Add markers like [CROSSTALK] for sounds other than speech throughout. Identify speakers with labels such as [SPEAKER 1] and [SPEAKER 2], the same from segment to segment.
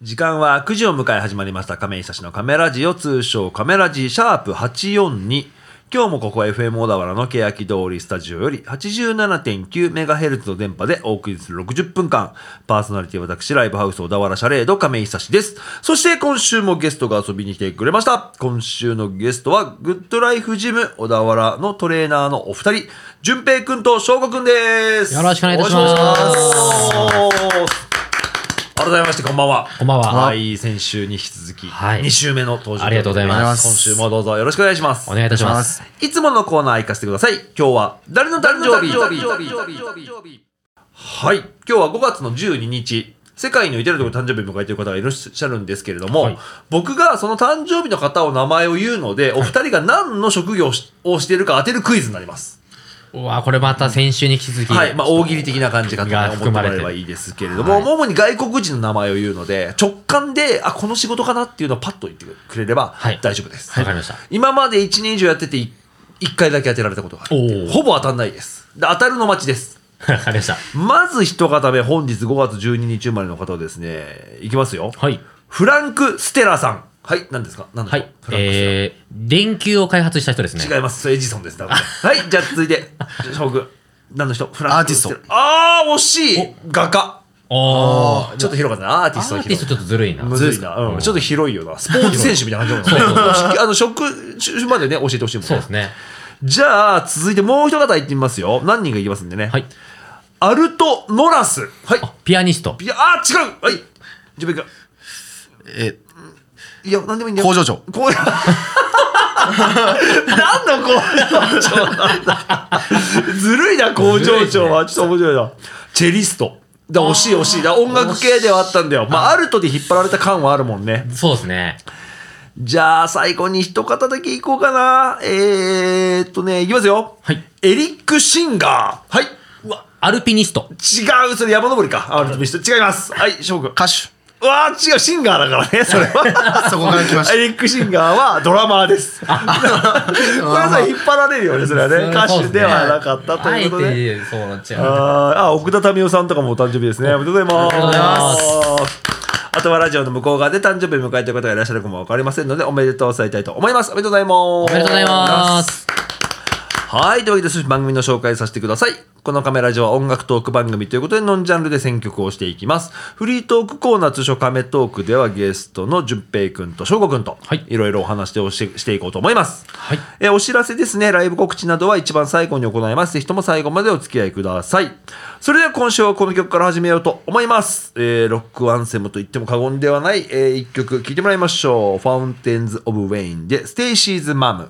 [SPEAKER 1] 時間は9時を迎え始まりました亀井久志のカメラジオ通称カメラジシャープ842今日もここ FM 小田原の欅通りスタジオより 87.9MHz の電波でお送りする60分間パーソナリティは私ライブハウス小田原シャレード亀井久志ですそして今週もゲストが遊びに来てくれました今週のゲストはグッドライフジム小田原のトレーナーのお二人淳平くんと翔吾くんです
[SPEAKER 2] よろしくお願いいたします
[SPEAKER 1] よろしくお願いします改めましてこんばんは。
[SPEAKER 2] こんばんは
[SPEAKER 1] はい、先週に引き続き、
[SPEAKER 2] はい
[SPEAKER 1] 2週目の登場
[SPEAKER 2] ありがとうございます
[SPEAKER 1] 今週もどうぞよろしくお願いします。
[SPEAKER 2] お願いいたします。
[SPEAKER 1] いつものコーナー行かせてください。今日は誰の誕生日はい。今日は5月の12日。世界の至るところに誕生日を迎えている方がいらっしゃるんですけれども、
[SPEAKER 2] はい
[SPEAKER 1] 僕がその誕生日の方を名前を言うので、お二人が何の職業をしをしているか当てるクイズになります。
[SPEAKER 2] うわ、これまた先週に引き続き。
[SPEAKER 1] はい。まあ、大喜利的な感じかと思
[SPEAKER 2] が
[SPEAKER 1] って
[SPEAKER 2] 含
[SPEAKER 1] も
[SPEAKER 2] ま
[SPEAKER 1] ら
[SPEAKER 2] れ
[SPEAKER 1] え
[SPEAKER 2] て
[SPEAKER 1] ればいいですけれども、主に外国人の名前を言うので、直感で、あ、この仕事かなっていうのをパッと言ってくれれば
[SPEAKER 2] はい
[SPEAKER 1] 大丈夫です。
[SPEAKER 2] わかりました。
[SPEAKER 1] 今まで1年以上やってて1回だけ当てられたことがあ
[SPEAKER 2] お
[SPEAKER 1] る
[SPEAKER 2] ー
[SPEAKER 1] ほぼ当たんないですで当たるの待ちです
[SPEAKER 2] わかりました。
[SPEAKER 1] まず一方目本日5月12日生まれの方ですねいきますよ、
[SPEAKER 2] はい。
[SPEAKER 1] フランク・ステラさんはい何ですか何で
[SPEAKER 2] は
[SPEAKER 1] すか
[SPEAKER 2] い。
[SPEAKER 1] フランクステ
[SPEAKER 2] えー、電球を開発した人ですね。
[SPEAKER 1] ラ、違いますそれエジソンですだからはいじゃあ続いて翔くん何の人フランク
[SPEAKER 3] アーティスト
[SPEAKER 1] ステラああ惜しい画家
[SPEAKER 2] おー。
[SPEAKER 1] ちょっと広かったなアーティ
[SPEAKER 2] ア
[SPEAKER 1] ストは
[SPEAKER 2] ーティ
[SPEAKER 1] 広
[SPEAKER 2] ス
[SPEAKER 1] い
[SPEAKER 2] トちょっとずるいな。
[SPEAKER 1] むずいな、うん、ちょっと広いよなスポーツ選手みたいな感じだもんね [LAUGHS] あの職種までね教えてほしいもんね
[SPEAKER 2] そうですね。
[SPEAKER 1] じゃあ、続いてもう一方行ってみますよ。何人か行きますんでね。
[SPEAKER 2] はい。
[SPEAKER 1] アルト・ノラス。はい。
[SPEAKER 2] ピアニスト。
[SPEAKER 1] いや、あー、違うはい。ジュベ君。
[SPEAKER 3] え
[SPEAKER 1] いや、なんでもいいんだよ。
[SPEAKER 3] 工場長。
[SPEAKER 1] 工場何の工場長なんだずるいな、工場長は。ちょっと面白いな。チェリスト。だ惜しい惜しい。だ音楽系ではあったんだよ。まあ、アルトで引っ張られた感はあるもんね。
[SPEAKER 2] そうですね。
[SPEAKER 1] じゃあ、最後に一方だけ行こうかな。えー、っとね、いきますよ。
[SPEAKER 2] はい。
[SPEAKER 1] エリック・シンガー。はい。うわ、
[SPEAKER 2] アルピニスト。
[SPEAKER 1] 違う、それ山登りか。アルトミスト。違います。はい、翔くん。
[SPEAKER 3] 歌手。
[SPEAKER 1] うわー、違う、シンガーだからね、それは。
[SPEAKER 3] そこから来まし
[SPEAKER 1] エリック・シンガーはドラマー [LAUGHS] です。これさ、引っ張られるよね、それはね。歌手ではなかったということ
[SPEAKER 2] あえ
[SPEAKER 1] で。
[SPEAKER 2] て、そうなっちゃう。
[SPEAKER 1] あーあ、奥田民生さんとかもお誕生日ですね。おめでとうございます。
[SPEAKER 2] おめでとうご
[SPEAKER 1] あとはラジオの向こう側で誕生日を迎えている方がいらっしゃるかもわかりませんので、おめでとうを伝えたいと思います。おめでとうございます。お
[SPEAKER 2] おめでとうございます。
[SPEAKER 1] はい。というわけで、少し番組の紹介させてください。このカメラジオは音楽トーク番組ということで、ノンジャンルで選曲をしていきます。フリートークコーナー通称カメトークでは、ゲストの淳平くんと翔吾くんと、
[SPEAKER 2] はい
[SPEAKER 1] いろいろお話をしてしていこうと思います。
[SPEAKER 2] はい
[SPEAKER 1] えーお知らせですね。ライブ告知などは一番最後に行います。ぜひとも最後までお付き合いください。それでは今週はこの曲から始めようと思います。えーロックアンセムと言っても過言ではない、えー一曲聴いてもらいましょう。ファウンテンズ・オブ・ウェインで、ステイシーズ・マム。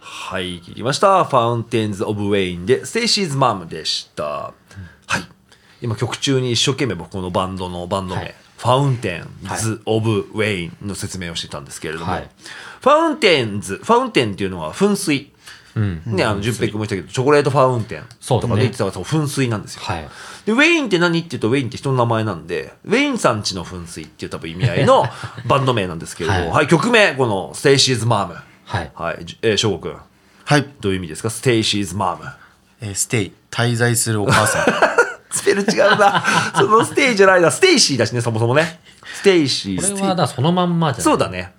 [SPEAKER 1] はい、聞きました。ファウンテンズ・オブ・ウェインで、ステイシーズ・マムでした。はい。今曲中に一生懸命僕このバンドのバンド名、
[SPEAKER 2] はい
[SPEAKER 1] ファウンテンズ・オブ・ウェインの説明をしてたんですけれども、
[SPEAKER 2] はい
[SPEAKER 1] ファウンテンズ、ファウンテンっていうのは噴水。
[SPEAKER 2] うん。
[SPEAKER 1] ね、あの、純平君も言ってたけど、チョコレートファウンテン
[SPEAKER 2] そう
[SPEAKER 1] と
[SPEAKER 2] だ
[SPEAKER 1] か
[SPEAKER 2] ね
[SPEAKER 1] で言ってたから、そう噴水なんですよ。
[SPEAKER 2] はい。
[SPEAKER 1] で、ウェインって何って言うと、ウェインって人の名前なんで、ウェインさんちの噴水っていう多分意味合いのバンド名なんですけれども、は、
[SPEAKER 2] はいい
[SPEAKER 1] 曲名、この、ステイシーズ・マーム。
[SPEAKER 2] はい。
[SPEAKER 1] はい、じえー、翔吾君、
[SPEAKER 3] はい。
[SPEAKER 1] どういう意味ですかステイシーズ・マーム。
[SPEAKER 3] えー、ステイ。滞在するお母さ
[SPEAKER 1] [LAUGHS]
[SPEAKER 3] ん。
[SPEAKER 1] スペル違うな。 [LAUGHS] そのステイじゃないな。ステイシーだしね、そもそもね。ステイシー。
[SPEAKER 2] これ
[SPEAKER 1] ステイ
[SPEAKER 2] は、だからそのまんまじゃん。
[SPEAKER 1] そうだね。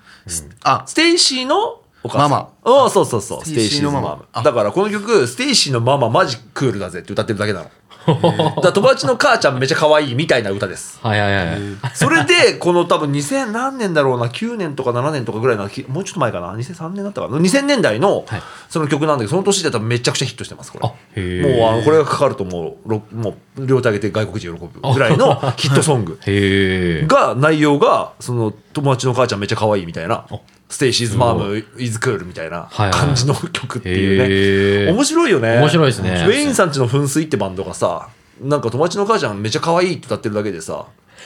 [SPEAKER 3] あ、
[SPEAKER 1] ステイシーのお母さん。
[SPEAKER 3] ママ
[SPEAKER 1] おーそうそうそう。ス
[SPEAKER 3] ス
[SPEAKER 1] テ
[SPEAKER 3] テ
[SPEAKER 1] イ
[SPEAKER 3] イ
[SPEAKER 1] シー
[SPEAKER 3] シー
[SPEAKER 1] の
[SPEAKER 3] の
[SPEAKER 1] マ
[SPEAKER 3] ママ
[SPEAKER 1] マ。だからこの曲、ステイシーのマママジクールだぜって歌ってるだけ [LAUGHS] なの。だから友達の母ちゃんめちゃ可愛いみたいな歌です。
[SPEAKER 2] はいはいはいはい。
[SPEAKER 1] それで、この多分2000何年だろうな、9年とか7年とかぐらいな、きもうちょっと前かな、2003年だったかな、2000年代の
[SPEAKER 2] はい
[SPEAKER 1] その曲なんだけど、その年で多分めちゃくちゃヒットしてます、これ。
[SPEAKER 2] あへー
[SPEAKER 1] もうあのこれがかかるともうろ、もう両手上げて外国人喜ぶぐらいの [LAUGHS] ヒットソング。
[SPEAKER 2] へえ。
[SPEAKER 1] が内容がその友達の母ちゃんめっちゃ可愛いみたいなステイシーズマームイズクールみたいな
[SPEAKER 2] はいはい
[SPEAKER 1] 感じの曲っていう
[SPEAKER 2] へ
[SPEAKER 1] ね
[SPEAKER 2] ー
[SPEAKER 1] 面白いよね
[SPEAKER 2] 面白いですね
[SPEAKER 1] ウェインさんちの噴水ってバンドがさなんか友達の母ちゃんめっちゃ可愛いって歌ってるだけでさ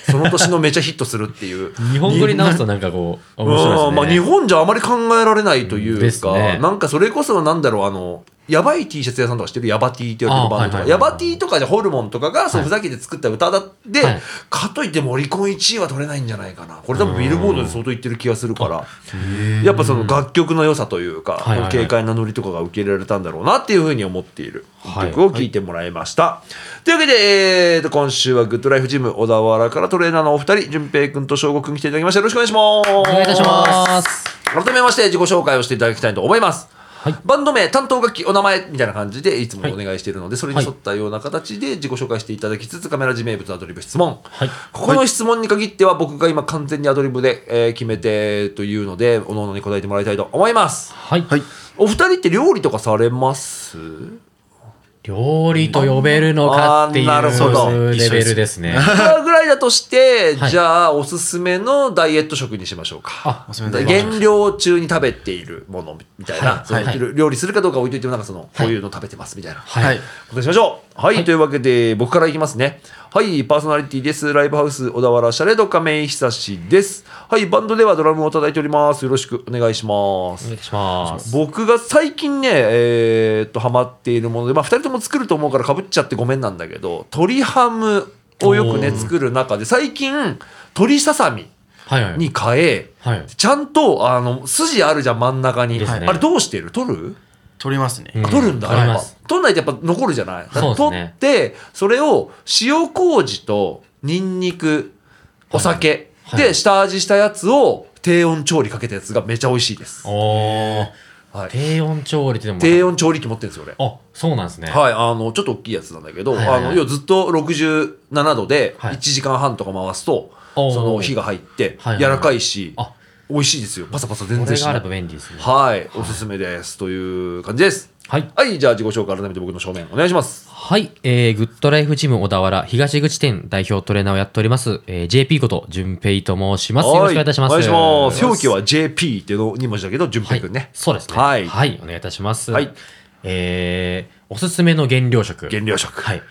[SPEAKER 1] その年のめちゃヒットするっていう
[SPEAKER 2] [LAUGHS] 日本語に直すとなんかこう、面白いです
[SPEAKER 1] うん
[SPEAKER 2] ね。
[SPEAKER 1] まあ、日本じゃあまり考えられないというか、
[SPEAKER 2] ですね
[SPEAKER 1] なんかそれこそなんだろうあのやばい T シャツ屋さんとかしてるやば T って言われてるバンドと
[SPEAKER 2] あ
[SPEAKER 1] か、
[SPEAKER 2] はいは
[SPEAKER 1] や
[SPEAKER 2] いはい
[SPEAKER 1] ば T とかじゃホルモンとかがそのふざけて作った歌だって、
[SPEAKER 2] はい
[SPEAKER 1] かといってもオリコン1位は取れないんじゃないかなこれ多分ビルボードで相当言ってる気がするからやっぱその楽曲の良さというか、
[SPEAKER 2] はいはい
[SPEAKER 1] こ
[SPEAKER 2] はい
[SPEAKER 1] の軽快なノリとかが受け入れられたんだろうなっていうふうに思っている
[SPEAKER 2] はい
[SPEAKER 1] 曲を聴いてもらいました、というわけで、えーと今週はグッドライフジム小田原からトレーナーのお二人淳平君と翔吾君来ていただきましたよろしくお願いしますお
[SPEAKER 2] お願いいたします。
[SPEAKER 1] 改めまして自己紹介をしていただきたいと思います、
[SPEAKER 2] はい
[SPEAKER 1] バンド名担当楽器お名前みたいな感じでいつもお願いしているので、それに
[SPEAKER 2] はい
[SPEAKER 1] 沿ったような形で自己紹介していただきつつカメラ自名物アドリブ質問、
[SPEAKER 2] はい
[SPEAKER 1] ここの質問に限っては僕が今完全にアドリブで、えー決めてというのでおののに答えてもらいたいと思います
[SPEAKER 2] はい。
[SPEAKER 3] はい。
[SPEAKER 1] お二人って料理とかされます
[SPEAKER 2] 料理と呼べるのかってい
[SPEAKER 1] あーなるほ
[SPEAKER 3] ど
[SPEAKER 2] うレベルですね。
[SPEAKER 1] いくらぐらいだとして、
[SPEAKER 2] はい
[SPEAKER 1] じゃあおすすめのダイエット食にしましょうか
[SPEAKER 2] あ
[SPEAKER 3] おすすめのダイエット食
[SPEAKER 1] 減量中に食べているものみたいな、
[SPEAKER 2] はい
[SPEAKER 1] その
[SPEAKER 2] はい
[SPEAKER 1] 料理するかどうか置いといてもなんかその、
[SPEAKER 2] はい
[SPEAKER 1] こういうの食べてますみたいな
[SPEAKER 2] はい。
[SPEAKER 1] お願いしましょう。はい、
[SPEAKER 2] はい
[SPEAKER 1] というわけで、僕からいきますね。はい、パーソナリティです。ライブハウス、小田原、シャレド亀井久志です。はい、バンドではドラムを叩いております。よろしくお願いしま
[SPEAKER 2] お願
[SPEAKER 1] す。
[SPEAKER 2] いします。
[SPEAKER 1] 僕が最近ね、えーっと、ハマっているもので、まあ、2人とも作ると思うからかぶっちゃってごめんなんだけど、鶏ハムをよくね、
[SPEAKER 2] おー
[SPEAKER 1] 作る中で、最近、鶏ささみ
[SPEAKER 2] はいはい。
[SPEAKER 1] に変え、
[SPEAKER 2] はい。
[SPEAKER 1] ちゃんと、あの、筋あるじゃん、真ん中に。
[SPEAKER 2] ですね
[SPEAKER 1] あれどうしてる取る
[SPEAKER 3] 取りますね。
[SPEAKER 2] うん
[SPEAKER 1] あ取るんだ、
[SPEAKER 2] 取
[SPEAKER 1] や
[SPEAKER 2] り
[SPEAKER 1] っ
[SPEAKER 2] ま
[SPEAKER 1] ぱ
[SPEAKER 2] す。
[SPEAKER 1] 取んないとやっぱ残るじゃないだから
[SPEAKER 2] そう
[SPEAKER 1] 取
[SPEAKER 2] ですね
[SPEAKER 1] ってそれを塩麹とニンニクお酒
[SPEAKER 2] はい
[SPEAKER 1] で下味したやつを低温調理かけたやつがめちゃ美味しいです、
[SPEAKER 2] おー。
[SPEAKER 1] はい、
[SPEAKER 2] 低温調理ってでも。
[SPEAKER 1] 低温調理器持ってるんですよ俺
[SPEAKER 2] あ、そうなんですね。
[SPEAKER 1] はい、あの、ちょっと大きいやつなんだけど、
[SPEAKER 2] はいはいはい
[SPEAKER 1] あの、要はずっと67度で
[SPEAKER 2] はい
[SPEAKER 1] 1時間半とか回すと、
[SPEAKER 2] おー
[SPEAKER 1] その火が入って、
[SPEAKER 2] はいはい
[SPEAKER 1] 柔らかいし、
[SPEAKER 2] あ、
[SPEAKER 1] 美味しいですよ。パサパサ全
[SPEAKER 2] こ
[SPEAKER 1] 然
[SPEAKER 2] れ
[SPEAKER 1] し
[SPEAKER 2] があ
[SPEAKER 1] な
[SPEAKER 2] れ
[SPEAKER 1] い
[SPEAKER 2] ば。便利ですね。
[SPEAKER 1] はい、おすすめです。という感じです。
[SPEAKER 2] はい。
[SPEAKER 1] はい、じゃあ自己紹介改めて僕の正面お願いします。
[SPEAKER 2] はい、えー、グッドライフジム小田原東口店代表トレーナーをやっております、えー、JP こと淳平と申します。よろしくお願いいたします。
[SPEAKER 1] はいお願いします。
[SPEAKER 2] は
[SPEAKER 1] 表記は JP っていうの2文字だけど、淳平くん
[SPEAKER 2] い
[SPEAKER 1] ね。
[SPEAKER 2] そうですね。
[SPEAKER 1] はい
[SPEAKER 2] お願いいたします。
[SPEAKER 1] はい
[SPEAKER 2] えー、おすすめの原料食。
[SPEAKER 1] 原料食。
[SPEAKER 2] はい。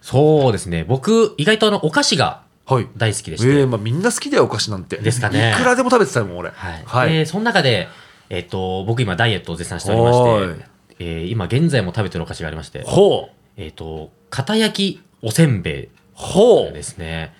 [SPEAKER 2] そうですね。僕、意外とあの、お菓子が
[SPEAKER 1] はい。
[SPEAKER 2] 大好きでして。
[SPEAKER 1] ええまあみんな好きだよ、お菓子なんて。
[SPEAKER 2] ですかね
[SPEAKER 1] いくらでも食べてたよ、もう俺。
[SPEAKER 2] はい。
[SPEAKER 1] はい。
[SPEAKER 2] で、その中で、えっ、と、僕今ダイエットを絶賛しておりまして
[SPEAKER 1] は、
[SPEAKER 2] えー今現在も食べてるお菓子がありまして、
[SPEAKER 1] ほう。
[SPEAKER 2] えっ、と、片焼きおせんべい
[SPEAKER 1] ほう
[SPEAKER 2] で。すね。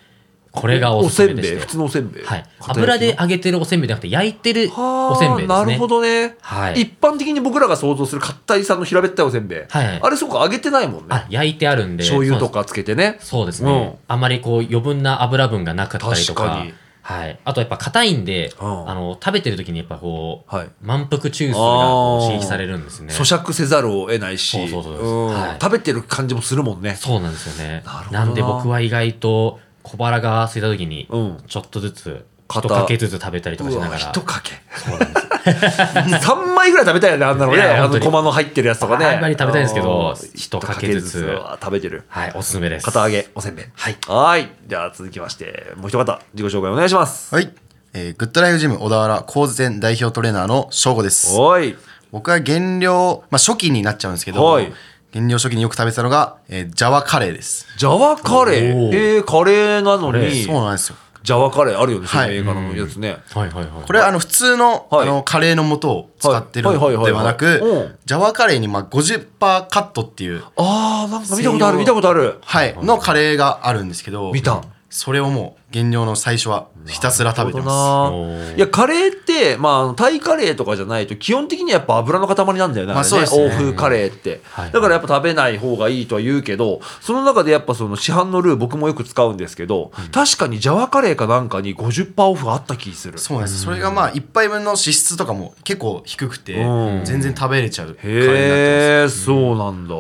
[SPEAKER 2] これがおすすめ
[SPEAKER 1] お
[SPEAKER 2] で
[SPEAKER 1] せんべい普
[SPEAKER 2] し
[SPEAKER 1] 通
[SPEAKER 2] て。
[SPEAKER 1] のおせんべい。
[SPEAKER 2] はい。油で揚げてるおせんべいじゃなくて、焼いてるおせんべいですね。
[SPEAKER 1] はあなるほ。どね。
[SPEAKER 2] はい。
[SPEAKER 1] 一般的に僕らが想像するかったいさんの平べったいおせんべい。
[SPEAKER 2] はい
[SPEAKER 1] あれ、そうか、揚げてないもんね
[SPEAKER 2] あ。、焼いてあるんで。
[SPEAKER 1] 醤油と
[SPEAKER 2] か
[SPEAKER 1] かつけてね。
[SPEAKER 2] そうです
[SPEAKER 1] うん
[SPEAKER 2] ね。あまりこう余分な油分がなかったりとか。
[SPEAKER 1] 確かに
[SPEAKER 2] はい。あとやっぱ硬いんで、
[SPEAKER 1] うん
[SPEAKER 2] あの、食べてる時にやっぱこう、
[SPEAKER 1] はい
[SPEAKER 2] 満腹中枢がこう
[SPEAKER 1] あー
[SPEAKER 2] 刺激されるんですね。
[SPEAKER 1] 咀嚼せざるを得ないし、
[SPEAKER 2] そうそうそう
[SPEAKER 1] うん
[SPEAKER 2] はい
[SPEAKER 1] 食べてる感じもするもんね。
[SPEAKER 2] そうなんですよね。
[SPEAKER 1] なるほ
[SPEAKER 2] な
[SPEAKER 1] どなん
[SPEAKER 2] で僕は意外と小腹が空いた時に、
[SPEAKER 1] うん
[SPEAKER 2] ちょっとずつ、
[SPEAKER 1] 片
[SPEAKER 2] 一かけずつ食べたりとかし
[SPEAKER 1] う
[SPEAKER 2] な
[SPEAKER 1] わ、
[SPEAKER 2] がら。
[SPEAKER 1] 一かけ。
[SPEAKER 2] そうなんです。
[SPEAKER 1] [LAUGHS] 3枚ぐらい食べたいよね、あんなの
[SPEAKER 2] い
[SPEAKER 1] ね。
[SPEAKER 2] や
[SPEAKER 1] あ
[SPEAKER 2] 本当
[SPEAKER 1] の、
[SPEAKER 2] に
[SPEAKER 1] ごまの入ってるやつとかね。
[SPEAKER 2] あんまり食べたいんですけど
[SPEAKER 1] うん
[SPEAKER 2] 一かけずつ
[SPEAKER 1] 一かけうわ食べてる。
[SPEAKER 2] はい、おすすめです。
[SPEAKER 1] 片揚げ、おせんべい。はい。はい。じゃあ続きまして、もう一方、自己紹介お願いします。
[SPEAKER 3] はい。えーグッドライフジム小田原高津店代表トレーナーの翔吾です。
[SPEAKER 1] おい。
[SPEAKER 3] 僕は減量、まあ初期になっちゃうんですけど
[SPEAKER 1] はい、
[SPEAKER 3] 減量初期によく食べてたのが、えージャワカレーです。
[SPEAKER 1] ジャワカレー。
[SPEAKER 2] おー
[SPEAKER 1] えー、カレーなのに、
[SPEAKER 3] そうなんですよ。
[SPEAKER 1] ジャワカレーあるよね、その
[SPEAKER 3] はい
[SPEAKER 1] 映画のやつね。
[SPEAKER 2] はいはいはい。
[SPEAKER 3] これはあの普通の,、
[SPEAKER 1] はい
[SPEAKER 3] あのカレーの素を使ってる
[SPEAKER 1] はいはいはいはいはい
[SPEAKER 3] のではな
[SPEAKER 1] う
[SPEAKER 3] く
[SPEAKER 1] ん、
[SPEAKER 3] ジャワカレーにまあ50%カットっていう、
[SPEAKER 1] あー、なんか見たことある、見たことある。
[SPEAKER 3] はい、のカレーがあるんですけど、
[SPEAKER 1] 見た。
[SPEAKER 3] それをもう減量の最初はひたすら食べてま
[SPEAKER 1] なるほ
[SPEAKER 2] お
[SPEAKER 1] どな
[SPEAKER 2] ー
[SPEAKER 1] いやカレーって、まああの、タイカレーとかじゃないと基本的にはやっぱ油の塊なんだよね,、
[SPEAKER 3] ま
[SPEAKER 1] れ
[SPEAKER 3] あ
[SPEAKER 1] ね
[SPEAKER 3] そうですね
[SPEAKER 1] 欧風カレーって、
[SPEAKER 2] はい
[SPEAKER 1] だからやっぱ食べない方がいいとは言うけどその中でやっぱその市販のルー僕もよく使うんですけど、確かにジャワカレーかなんかに50%オフあった気する
[SPEAKER 3] す。そうなんです。それがまあ一杯分の脂質とかも結構低くて
[SPEAKER 1] うん、
[SPEAKER 3] 全然食べれちゃうカレーになってます。
[SPEAKER 1] へえそうなんだ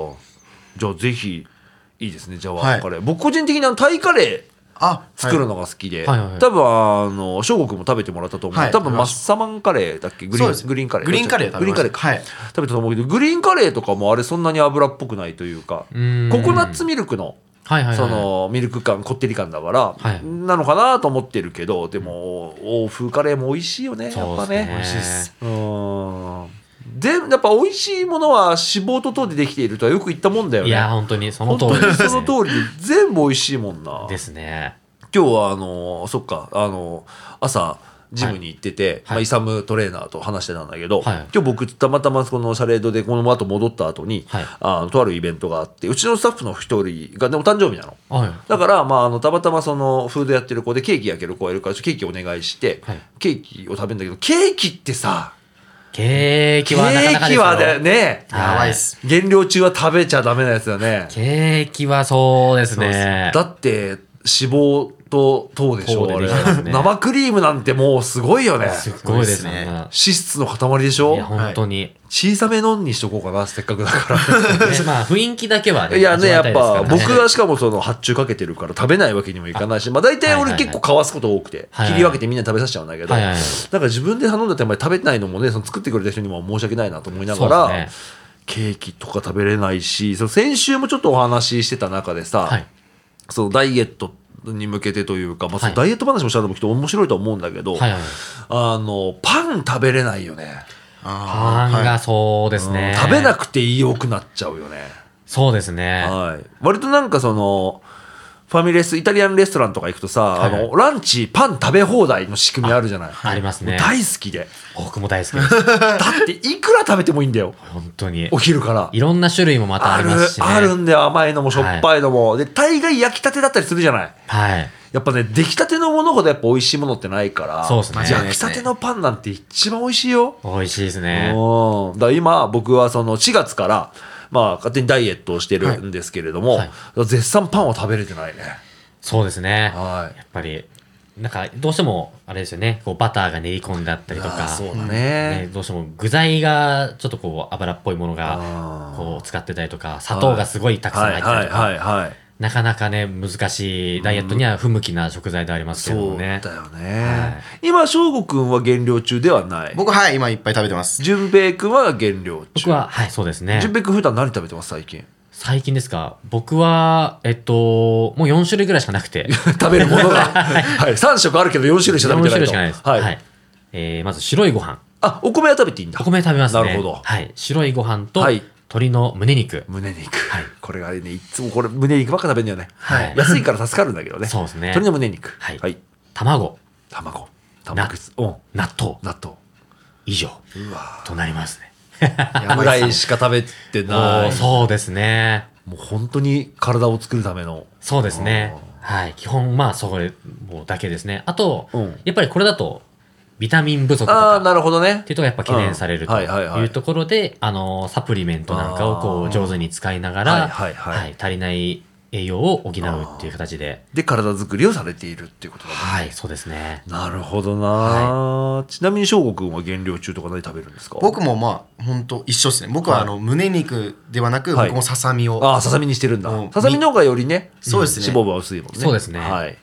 [SPEAKER 1] じゃあぜひいいですねジャワカレー、僕個人的にあのタイカレー
[SPEAKER 3] あ、
[SPEAKER 1] 作る
[SPEAKER 3] の。
[SPEAKER 1] のが好きで、
[SPEAKER 2] はいはいはい
[SPEAKER 1] 多分あの翔吾君も食べてもらったと思う、
[SPEAKER 3] はい
[SPEAKER 1] 多分マッサマンカレーだっけグリ
[SPEAKER 3] そうで
[SPEAKER 1] ー
[SPEAKER 3] す
[SPEAKER 1] ングリーンカレー
[SPEAKER 3] グリーンカレー食
[SPEAKER 1] グ
[SPEAKER 3] べ
[SPEAKER 1] リーン
[SPEAKER 3] ま
[SPEAKER 1] カ
[SPEAKER 3] し
[SPEAKER 1] レー
[SPEAKER 3] た
[SPEAKER 1] か、
[SPEAKER 3] はい
[SPEAKER 1] 食べたと思うけどグリーンカレーとかもあれそんなに油っぽくないというか
[SPEAKER 2] うん
[SPEAKER 1] ココナッツミルクの
[SPEAKER 2] はいはいはい。
[SPEAKER 1] そ、のミルク感こってり感だから、
[SPEAKER 2] はい
[SPEAKER 1] なのかなと思ってるけどでも欧風カレーも美味しいよねやっぱね
[SPEAKER 2] 美味しいです。
[SPEAKER 1] うんでやっぱ美味しいものは脂肪と糖でできているとはよく言ったもんだよ
[SPEAKER 2] い
[SPEAKER 1] ね
[SPEAKER 2] や、本当にその
[SPEAKER 1] 本
[SPEAKER 2] 通
[SPEAKER 1] 当
[SPEAKER 2] り
[SPEAKER 1] に
[SPEAKER 2] です、ね。
[SPEAKER 1] その通りで全部美味しいもんな
[SPEAKER 2] ですね。
[SPEAKER 1] 今日はあのそっかあの朝ジムに行ってて、
[SPEAKER 2] はい
[SPEAKER 1] まあ、イサムトレーナーと話してたんだけど、
[SPEAKER 2] はい
[SPEAKER 1] 今日僕たまたまこのシャレードでこの後戻った後に、
[SPEAKER 2] はい
[SPEAKER 1] あのとあるイベントがあってうちのスタッフの一人が、ね、お誕生日なの。
[SPEAKER 2] はい。
[SPEAKER 1] だから、まあ、あのたまたまそのフードやってる子でケーキ焼ける子がいるからちょっとケーキお願いして、
[SPEAKER 2] はい
[SPEAKER 1] ケーキを食べるんだけどケーキってさ
[SPEAKER 2] ケーキ
[SPEAKER 1] ケ
[SPEAKER 2] はなかな
[SPEAKER 1] ーキ
[SPEAKER 2] かですよ
[SPEAKER 1] はねね
[SPEAKER 3] やばいっす。
[SPEAKER 1] 減量中は食べちゃダメなやつだね。
[SPEAKER 2] ケーキはそうですね。
[SPEAKER 1] だって脂肪と糖でしょ
[SPEAKER 2] 糖
[SPEAKER 1] あ
[SPEAKER 2] で
[SPEAKER 1] れ
[SPEAKER 2] できますね
[SPEAKER 1] 生クリームなんてもうすごいよね
[SPEAKER 2] すっごいです
[SPEAKER 3] すごいで
[SPEAKER 2] ね
[SPEAKER 3] すね。
[SPEAKER 1] 脂質の塊でし
[SPEAKER 2] い
[SPEAKER 1] ょ
[SPEAKER 2] や、本当に。
[SPEAKER 1] 小さめのんにしとこうかなせっかくだか
[SPEAKER 2] ねまあ、雰囲気だけは
[SPEAKER 1] ら
[SPEAKER 2] ね。
[SPEAKER 1] いやねやっ
[SPEAKER 2] 味わ
[SPEAKER 1] ぱ
[SPEAKER 2] いたいです
[SPEAKER 1] 僕
[SPEAKER 2] からね
[SPEAKER 1] はしかもその発注かけてるから食べないわけにもいかないしまあ大体
[SPEAKER 2] はいはい
[SPEAKER 1] 俺
[SPEAKER 2] はい
[SPEAKER 1] 結構かわすこと多くて
[SPEAKER 2] はいはい
[SPEAKER 1] 切り分けてみんなに食べさせちゃうんだけどな
[SPEAKER 2] は
[SPEAKER 1] い
[SPEAKER 2] はい
[SPEAKER 1] ん
[SPEAKER 2] はい
[SPEAKER 1] か自分で頼んだってあんまり食べないのもねその作ってくれた人にも申し訳ないなと思いなが
[SPEAKER 2] そうで
[SPEAKER 1] ら
[SPEAKER 2] す
[SPEAKER 1] ケーキとか食べれないしその先週もちょっとお話ししてた中でさ、
[SPEAKER 2] はい。
[SPEAKER 1] そのダイエットに向けてというか、まあ、そ
[SPEAKER 2] はい
[SPEAKER 1] のダイエット話もしたら僕きっと面白いと思うんだけど、
[SPEAKER 2] はいはい。
[SPEAKER 1] あのパン食べれないよね、
[SPEAKER 2] パン
[SPEAKER 3] は
[SPEAKER 2] がそうですね。
[SPEAKER 1] 食べな
[SPEAKER 2] く
[SPEAKER 1] くていいよくなっちゃうよね、
[SPEAKER 2] そうですね。
[SPEAKER 1] はい、割となんかそのファミレスイタリアンレストランとか行くとさ、
[SPEAKER 2] はい
[SPEAKER 1] あのランチパン食べ放題の仕組みあるじゃない
[SPEAKER 2] あありますね
[SPEAKER 1] もう大好きで
[SPEAKER 2] 僕も大好きです。
[SPEAKER 1] だっていくら食べてもいいんだ
[SPEAKER 2] [LAUGHS]
[SPEAKER 1] よ
[SPEAKER 2] 本当に
[SPEAKER 1] お。昼から
[SPEAKER 2] いろんな種類もまたあ
[SPEAKER 1] あ
[SPEAKER 2] り
[SPEAKER 1] る
[SPEAKER 2] ますしね。
[SPEAKER 1] あるんだよ甘いのもしょっぱいのも、で大概焼きたてだったりするじゃない
[SPEAKER 2] はい。
[SPEAKER 1] やっぱね、出来たてのものほどやっぱ美味しいものってないから、
[SPEAKER 2] そうっすね
[SPEAKER 1] 焼きたてのパンなんて一番美味しいよ。
[SPEAKER 2] 美味しいですね。
[SPEAKER 1] うん。だから今、僕はその4月から、まあ、勝手にダイエットをしてるんですけれども、
[SPEAKER 2] はい
[SPEAKER 1] 絶賛パンを食べれてないね。
[SPEAKER 2] そうですね。
[SPEAKER 1] はい
[SPEAKER 2] やっぱり、なんか、どうしても、あれですよね、こうバターが練り込んであったりと
[SPEAKER 1] あ
[SPEAKER 2] か、
[SPEAKER 1] ーそうだ
[SPEAKER 2] ね
[SPEAKER 1] ね。
[SPEAKER 2] どうしても具材がちょっとこう油っぽいものが
[SPEAKER 1] あー
[SPEAKER 2] こう使ってたりとか砂糖がすごいたくさん
[SPEAKER 1] はい
[SPEAKER 2] 入ってた
[SPEAKER 1] は
[SPEAKER 2] り
[SPEAKER 1] い
[SPEAKER 2] とか
[SPEAKER 1] はいはい。
[SPEAKER 2] なかなかね難しいダイエットには不向きな食材ではありますけど
[SPEAKER 1] そ
[SPEAKER 2] も
[SPEAKER 1] う
[SPEAKER 2] ね
[SPEAKER 1] だよね。今、翔吾くんは減量中ではない
[SPEAKER 3] い。。僕、はい、今いっぱい食べてます。
[SPEAKER 1] 淳平くんは減量中。
[SPEAKER 2] 僕ははいそうですね
[SPEAKER 1] 淳平くん普段何食べてます最近。 [LAUGHS]
[SPEAKER 2] 最近ですか僕はえっともう4種類ぐらいしかなく
[SPEAKER 1] [LAUGHS]
[SPEAKER 2] て
[SPEAKER 1] 食べるもの
[SPEAKER 2] [LAUGHS]
[SPEAKER 1] が。はい。3食あるけど4種類しか食
[SPEAKER 2] 4
[SPEAKER 1] べてないと。
[SPEAKER 2] 種類しかないです、
[SPEAKER 1] はい。
[SPEAKER 2] はいえーまず白いご飯
[SPEAKER 1] あ、お米は食べていいんだ。
[SPEAKER 2] お米食べますね
[SPEAKER 1] なるほど
[SPEAKER 2] はい、白いご飯と
[SPEAKER 1] はい
[SPEAKER 2] 鶏の胸肉
[SPEAKER 1] 胸肉、
[SPEAKER 2] はい
[SPEAKER 1] これがあれねいつもこれ胸肉ばっか食べるんだよね、
[SPEAKER 2] はい
[SPEAKER 1] 安いから助かるんだけどね
[SPEAKER 2] そうですね
[SPEAKER 1] 鶏の胸肉
[SPEAKER 2] はい卵
[SPEAKER 1] 卵卵うん
[SPEAKER 2] 納豆
[SPEAKER 1] 納豆
[SPEAKER 2] 以上
[SPEAKER 1] う
[SPEAKER 2] [LAUGHS]
[SPEAKER 1] わ
[SPEAKER 2] となりますね
[SPEAKER 1] ぐらいしか食べてな
[SPEAKER 2] おー
[SPEAKER 1] い
[SPEAKER 2] そうですね
[SPEAKER 1] もう本当に体を作るための
[SPEAKER 2] そうですね。はい。基本、まあ、それもうだけですね。あと、
[SPEAKER 1] うん
[SPEAKER 2] やっぱりこれだと、ビタミン不足と
[SPEAKER 1] ああ
[SPEAKER 2] か、
[SPEAKER 1] なるほどね
[SPEAKER 2] っていうとこがやっぱ懸念されると
[SPEAKER 1] うんはいはいはい
[SPEAKER 2] いうところで、あの、サプリメントなんかをこ
[SPEAKER 1] あ
[SPEAKER 2] う、
[SPEAKER 1] ー
[SPEAKER 2] 上手に使いながら、
[SPEAKER 1] はいはいはい
[SPEAKER 2] 足りない栄養を補うっていう形で、
[SPEAKER 1] で体作りをされているっていうことだね、
[SPEAKER 2] はい、そうですね。
[SPEAKER 1] なるほどな、ちなみに翔吾くんは減量中とか何食べるんですか
[SPEAKER 3] 僕もまあ、本当一緒ですね。僕はあの、胸肉ではなく、
[SPEAKER 1] はい
[SPEAKER 3] 僕もささみを、
[SPEAKER 1] ああささみにしてるんだ
[SPEAKER 3] うん
[SPEAKER 1] ささみの方がよりね
[SPEAKER 3] そうですね
[SPEAKER 1] 脂肪分は薄いもんね
[SPEAKER 2] そうですね
[SPEAKER 1] はい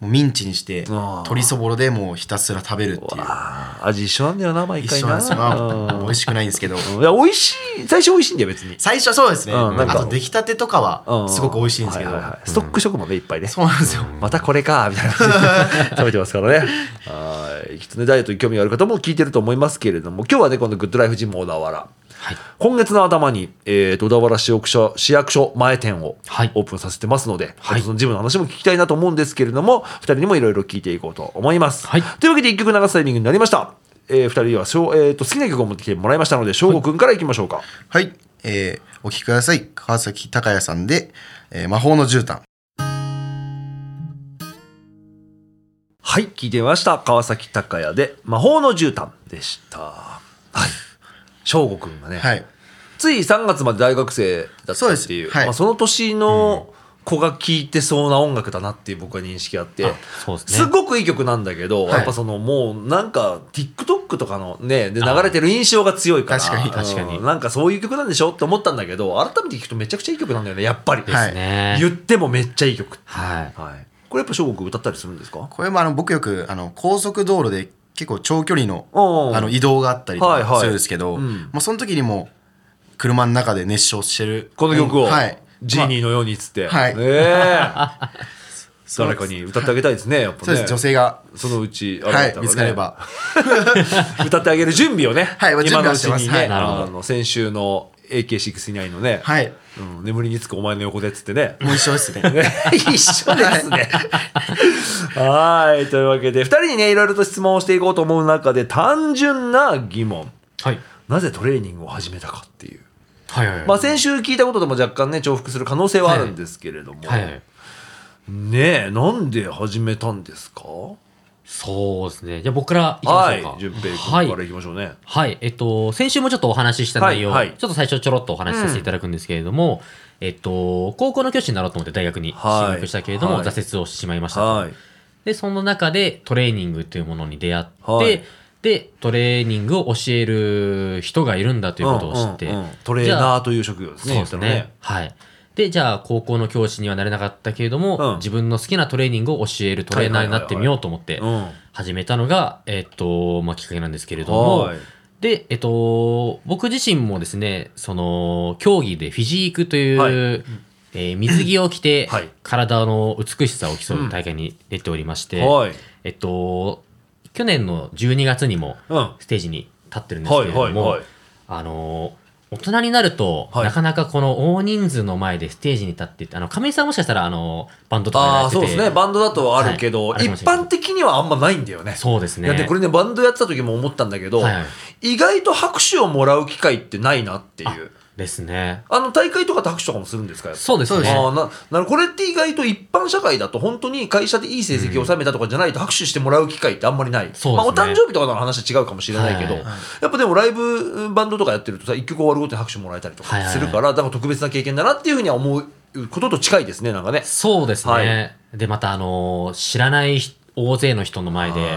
[SPEAKER 3] もうミンチにして、
[SPEAKER 1] あー
[SPEAKER 3] 鶏そぼろでもうひたすら食べるっていう。
[SPEAKER 1] あー味一緒なんだよな毎
[SPEAKER 3] 一
[SPEAKER 1] 回
[SPEAKER 3] 緒なんですよ。まあ
[SPEAKER 1] うん
[SPEAKER 3] 美味しくないんですけど。
[SPEAKER 1] いや、美味しい、最初美味しいんだよ、別に。
[SPEAKER 3] 最初はそうですね。
[SPEAKER 1] うんなん
[SPEAKER 3] あ
[SPEAKER 1] か
[SPEAKER 3] と、出来たてとか
[SPEAKER 1] う
[SPEAKER 3] は、すごく美味しいんですけど。
[SPEAKER 1] ははいはいストック食もね、いっぱいね。
[SPEAKER 3] そうなんですよ。
[SPEAKER 1] またこれか、みたいな感じ
[SPEAKER 2] [LAUGHS]
[SPEAKER 1] で食べてますからね。はい。きっとね、ダイエットに興味がある方も聞いてると思いますけれども、今日はね、このグッドライフジム小田原。
[SPEAKER 2] はい。
[SPEAKER 1] 今月の頭に、えーと、小田原市役所、市役所前店を
[SPEAKER 2] はい
[SPEAKER 1] オープンさせてますので、
[SPEAKER 2] はい
[SPEAKER 1] そのジムの話も聞きたいなと思うんですけれども、二人にもいろいろ聞いていこうと思います。
[SPEAKER 2] はい
[SPEAKER 1] というわけで一曲流すタイミングになりました。えー、二人はしょう、えーと、好きな曲を持ってきてもらいましたので、翔吾くんからいきましょうか。
[SPEAKER 3] はい。えー、お聞きください。川崎隆也さんで、えー魔法の絨毯。
[SPEAKER 1] はい、聞いてみました。川崎隆也で、魔法の絨毯でした。はい。翔吾くんがね、
[SPEAKER 3] はい。
[SPEAKER 1] つい3月まで大学生だった
[SPEAKER 3] そうで
[SPEAKER 1] っ
[SPEAKER 3] す
[SPEAKER 1] ていう、
[SPEAKER 3] はい
[SPEAKER 1] まあ、その年の子が聴いてそうな音楽だなっていう僕は認識あって、
[SPEAKER 2] あそうですね
[SPEAKER 1] すごくいい曲なんだけど、
[SPEAKER 3] はい
[SPEAKER 1] やっぱそのもうなんか TikTok とかのね、で流れてる印象が強いから、
[SPEAKER 3] 確かに
[SPEAKER 2] 確かに
[SPEAKER 1] うんなんかそういう曲なんでしょって思ったんだけど、改めて聞くとめちゃくちゃいい曲なんだよね、やっぱり。
[SPEAKER 3] は
[SPEAKER 2] で
[SPEAKER 3] い
[SPEAKER 2] すね。
[SPEAKER 1] 言ってもめっちゃいい曲。
[SPEAKER 2] はい。
[SPEAKER 1] はい。これやっぱ翔吾くん歌ったりするんですか
[SPEAKER 3] これもあの、僕よく、あの、高速道路で結構長距離の、
[SPEAKER 1] おー
[SPEAKER 3] あの、移動があったりと
[SPEAKER 1] はいは
[SPEAKER 3] か
[SPEAKER 1] い
[SPEAKER 3] するんですけど、
[SPEAKER 1] うん
[SPEAKER 3] もうその時にも、車の中で熱唱してる。
[SPEAKER 1] この曲を、
[SPEAKER 3] うんはい。
[SPEAKER 1] ジーニーのようにっつって、
[SPEAKER 3] はい
[SPEAKER 1] ね
[SPEAKER 3] [LAUGHS]
[SPEAKER 1] え誰かに歌ってあげたいですねやっぱ
[SPEAKER 3] そうです、
[SPEAKER 1] ね
[SPEAKER 3] 女性が、
[SPEAKER 1] そのうちあれだった
[SPEAKER 3] は
[SPEAKER 1] ら
[SPEAKER 3] い、
[SPEAKER 1] ね
[SPEAKER 3] 見つかれば。
[SPEAKER 1] 歌ってあげる準備をね、
[SPEAKER 3] [LAUGHS] はい
[SPEAKER 1] 今
[SPEAKER 3] 準備
[SPEAKER 1] の
[SPEAKER 3] は
[SPEAKER 1] う
[SPEAKER 3] し
[SPEAKER 1] ち
[SPEAKER 3] てます
[SPEAKER 1] に
[SPEAKER 3] は
[SPEAKER 1] ね、
[SPEAKER 3] い
[SPEAKER 2] なるほど
[SPEAKER 1] あの先週の AK69 のね、
[SPEAKER 3] はい。
[SPEAKER 1] [LAUGHS] うん、眠りにつくお前の横でっつってね
[SPEAKER 3] [LAUGHS] もう一緒ですね。
[SPEAKER 1] ね一緒ですね。はい。というわけで、二人にね、いろいろと質問をしていこうと思う中で、単純な疑問。
[SPEAKER 2] はい。
[SPEAKER 1] なぜトレーニングを始めたかっていう。
[SPEAKER 2] はいはいはい。
[SPEAKER 1] まあ、先週聞いたこととも若干ね、重複する可能性はあるんですけれども。
[SPEAKER 2] はいはい。
[SPEAKER 1] ねえ、なんで始めたんですか
[SPEAKER 2] そうですね。じゃあ僕からいきま
[SPEAKER 1] は
[SPEAKER 2] しょう
[SPEAKER 1] い
[SPEAKER 2] か。。
[SPEAKER 1] 順平君
[SPEAKER 2] はい
[SPEAKER 1] からいきましょうね。
[SPEAKER 2] はい、えっと、先週もちょっとお話しした内容、
[SPEAKER 1] はいはい
[SPEAKER 2] ちょっと最初ちょろっとお話しさせていただくんですけれども、えっと、高校の教師になろうと思って大学に
[SPEAKER 1] はい
[SPEAKER 2] 進学したけれども、
[SPEAKER 1] はい
[SPEAKER 2] 挫折をしてしまいました。
[SPEAKER 1] はい。
[SPEAKER 2] で、その中でトレーニングというものに出会って、
[SPEAKER 1] はい
[SPEAKER 2] で、トレーニングを教える人がいるんだということを知って、
[SPEAKER 1] うんうんうんトレー
[SPEAKER 2] じゃ
[SPEAKER 1] ナ
[SPEAKER 2] あ
[SPEAKER 1] ーという職業です
[SPEAKER 2] そう
[SPEAKER 1] ね。
[SPEAKER 2] ですね
[SPEAKER 1] 言ったら
[SPEAKER 2] はい。で、じゃあ高校の教師にはなれなかったけれども、
[SPEAKER 1] うん
[SPEAKER 2] 自分の好きなトレーニングを教えるトレーナーになってみようと思って
[SPEAKER 1] うん。
[SPEAKER 2] 始めたのが、えっと、まあ、きっかけなんですけれども、
[SPEAKER 1] はい
[SPEAKER 2] で、えっと、僕自身もですね、その、競技でフィジークという、
[SPEAKER 1] はい
[SPEAKER 2] えー水着を着て、
[SPEAKER 1] はい
[SPEAKER 2] 体の美しさを競う大会に出ておりまして、
[SPEAKER 1] はい。
[SPEAKER 2] えっと、去年の12月にも
[SPEAKER 1] うん。は
[SPEAKER 2] ステージに立ってる
[SPEAKER 1] い
[SPEAKER 2] んですけ
[SPEAKER 1] は
[SPEAKER 2] れど
[SPEAKER 1] い
[SPEAKER 2] も、
[SPEAKER 1] はい。
[SPEAKER 2] あの、大人になると、
[SPEAKER 1] はい
[SPEAKER 2] なかなかこの大人数の前でステージに立ってって、あの、亀井さんもしかしたら、あの、バンドとか
[SPEAKER 1] あ
[SPEAKER 2] や
[SPEAKER 1] あ、
[SPEAKER 2] って
[SPEAKER 1] そう
[SPEAKER 2] て
[SPEAKER 1] ですね。バンドだとあるけど、
[SPEAKER 2] はいあり
[SPEAKER 1] 一
[SPEAKER 2] ますよ
[SPEAKER 1] 般的にはあんまないんだよね。
[SPEAKER 2] そうです
[SPEAKER 1] いや
[SPEAKER 2] ね。
[SPEAKER 1] でこれね、バンドやってた時も思ったんだけど、
[SPEAKER 2] はいはい
[SPEAKER 1] 意外と拍手をもらう機会ってないなっていう。
[SPEAKER 2] ですね。
[SPEAKER 1] あの、大会とかって拍手とかもするんですかやっぱ
[SPEAKER 2] そうです
[SPEAKER 3] そうです
[SPEAKER 2] ね。
[SPEAKER 1] ああななるこれって意外と一般社会だと本当に会社でいい成績を収めたとかじゃないと拍手してもらう機会ってあんまりない、
[SPEAKER 2] そうですね
[SPEAKER 1] まあ、お誕生日とかの話は違うかもしれないけど、
[SPEAKER 2] はい
[SPEAKER 1] やっぱでもライブバンドとかやってるとさ一曲終わるごとに拍手もらえたりと
[SPEAKER 2] はい
[SPEAKER 1] かするから、だから特別な経験だなっていうふうには思うことと近いですねなんかね。
[SPEAKER 2] そうですね。
[SPEAKER 1] は
[SPEAKER 2] で、また、あのー知らない人大勢の人の前で、
[SPEAKER 1] はい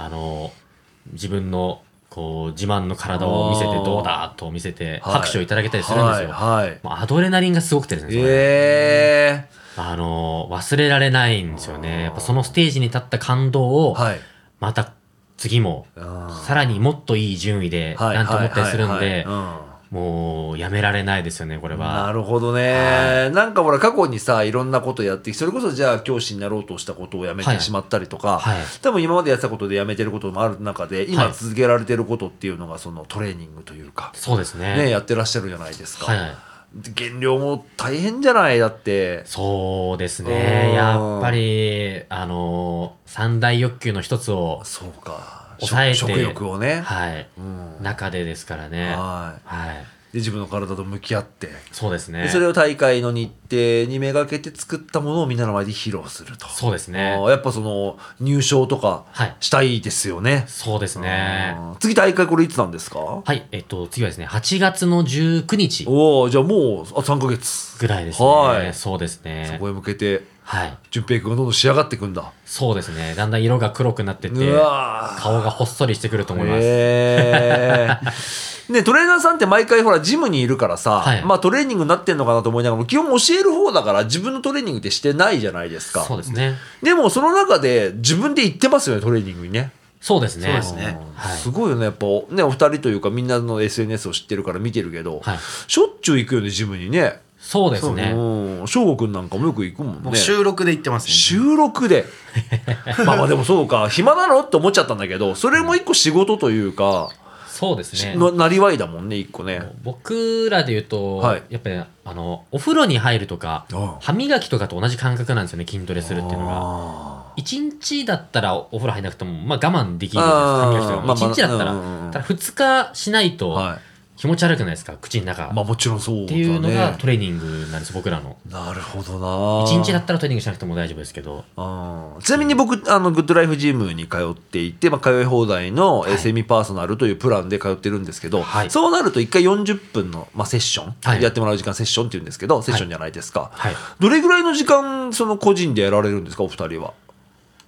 [SPEAKER 2] あのー自分の、こう、自慢の体を見せて、
[SPEAKER 1] あー
[SPEAKER 2] どうだと見せて、
[SPEAKER 1] はい
[SPEAKER 2] 拍手をいただけたりするんですよ。
[SPEAKER 1] はいはい
[SPEAKER 2] もうアドレナリンがすごくてですね、それ
[SPEAKER 1] え
[SPEAKER 2] あのー忘れられないんですよね。やっぱそのステージに立った感動を、
[SPEAKER 1] ー、はい
[SPEAKER 2] また次も、
[SPEAKER 1] あ
[SPEAKER 2] さらにもっといい順位で、
[SPEAKER 1] ーはい
[SPEAKER 2] なんて思ったりするん
[SPEAKER 1] はいはい
[SPEAKER 2] で
[SPEAKER 1] は、いうん
[SPEAKER 2] もう、やめられないですよね、これ
[SPEAKER 1] な
[SPEAKER 2] は。
[SPEAKER 1] るほどね。なんかほら、過去にさ、いろんなことやってきて、それこそじゃあ教師になろうとしたことをやめ
[SPEAKER 2] は
[SPEAKER 1] て
[SPEAKER 2] い
[SPEAKER 1] しまったりとか、
[SPEAKER 2] はい
[SPEAKER 1] 多分今までやってたことでやめてることもある中で、
[SPEAKER 2] は
[SPEAKER 1] 今
[SPEAKER 2] い
[SPEAKER 1] 続けられてることっていうのが、そのトレーニングというか、
[SPEAKER 2] そうですね。
[SPEAKER 1] ね、やってらっしゃるじゃないですか。
[SPEAKER 2] はいはい。
[SPEAKER 1] で減量も大変じゃないだって。
[SPEAKER 2] そうです
[SPEAKER 1] う
[SPEAKER 2] ね。
[SPEAKER 1] ん
[SPEAKER 2] やっぱり、あのー三大欲求の一つを、
[SPEAKER 1] そうか。
[SPEAKER 2] 抑えて
[SPEAKER 1] 食食欲をね。
[SPEAKER 2] はい、
[SPEAKER 1] うん
[SPEAKER 2] 中でですからね。は
[SPEAKER 1] はい
[SPEAKER 2] い。
[SPEAKER 1] で、自分の体と向き合って。
[SPEAKER 2] そうです
[SPEAKER 1] で
[SPEAKER 2] ね。
[SPEAKER 1] それを大会の日程にめがけて作ったものをみんなの前で披露すると。
[SPEAKER 2] そうですね
[SPEAKER 1] あーやっぱその入賞とか
[SPEAKER 2] はい
[SPEAKER 1] したいですよね。
[SPEAKER 2] そうですね。
[SPEAKER 1] うん次大会これいつなんですか
[SPEAKER 2] はい。えっと、次はですね、8月の19日
[SPEAKER 1] おおじゃあもうあ3ヶ月。
[SPEAKER 2] ぐらいですね。
[SPEAKER 1] はい
[SPEAKER 2] そうです
[SPEAKER 1] そ
[SPEAKER 2] ね
[SPEAKER 1] こ。へ向けて、
[SPEAKER 2] はい。
[SPEAKER 1] 淳平君がどんどん仕上がっていくんだ。
[SPEAKER 2] そうですね。だんだん色が黒くなって
[SPEAKER 1] う
[SPEAKER 2] て、
[SPEAKER 1] わー
[SPEAKER 2] 顔がほっそりしてくると思います。
[SPEAKER 1] へ
[SPEAKER 2] [LAUGHS]
[SPEAKER 1] ーね、トレーナーさんって毎回ほらジムにいるからさ、
[SPEAKER 2] はい
[SPEAKER 1] まあ、トレーニングになってんのかなと思いながらも基本教える方だから自分のトレーニングってしてないじゃないですか
[SPEAKER 2] そうですね。
[SPEAKER 1] でもその中で自分で行ってますよねトレーニングにね
[SPEAKER 2] そうですね。
[SPEAKER 3] そうですね
[SPEAKER 2] はい
[SPEAKER 1] すごいよねやっぱねお二人というかみんなの SNS を知ってるから見てるけど、
[SPEAKER 2] はい
[SPEAKER 1] しょっちゅう行くよねジムにね
[SPEAKER 2] そうですね。
[SPEAKER 1] うん翔吾くんなんかもよく行くもんね
[SPEAKER 3] 僕収録で行ってますね。
[SPEAKER 1] 収録
[SPEAKER 2] [LAUGHS]
[SPEAKER 1] でまあまあでもそうか暇なのって思っちゃったんだけどそれも一個仕事というか、
[SPEAKER 2] そうですね。
[SPEAKER 1] のなりわいだもんね一個ね
[SPEAKER 2] 僕らで言うと、
[SPEAKER 1] はい
[SPEAKER 2] やっぱりあのお風呂に入るとか
[SPEAKER 1] ああ
[SPEAKER 2] 歯磨きとかと同じ感覚なんですよね筋トレするっていうのが
[SPEAKER 1] あ
[SPEAKER 2] 1日だったらお風呂入らなくても、まあ、我慢できるじゃ
[SPEAKER 1] ああ
[SPEAKER 2] ないですか歯
[SPEAKER 1] まあ
[SPEAKER 2] 磨き
[SPEAKER 1] ま
[SPEAKER 2] と
[SPEAKER 1] あ
[SPEAKER 2] か1日だったら、
[SPEAKER 1] うんうんうん
[SPEAKER 2] ただ2日しない
[SPEAKER 1] ー
[SPEAKER 2] と
[SPEAKER 1] は
[SPEAKER 2] 気持ち悪くないですか口の中、
[SPEAKER 1] いまあもちろんそう
[SPEAKER 2] っ
[SPEAKER 1] だ
[SPEAKER 2] ていうのが
[SPEAKER 1] ね
[SPEAKER 2] トレーニングなんです僕らの
[SPEAKER 1] なるほど
[SPEAKER 2] 1
[SPEAKER 1] な
[SPEAKER 2] 日だったらトレーニングしなくても大丈夫ですけど
[SPEAKER 1] うんちなみに僕、あの、グッドライフジムに通っていて、まあ、通い放題の、えーセミパーソナルというプランで通ってるんですけど、
[SPEAKER 2] はい
[SPEAKER 1] そうなると一回40分の、まあ、セッション、
[SPEAKER 2] はい
[SPEAKER 1] やってもらう時間セッションって言うんですけど、セッションじゃないですか。
[SPEAKER 2] はい
[SPEAKER 1] どれぐらいの時間、その個人でやられるんですか、お二人は。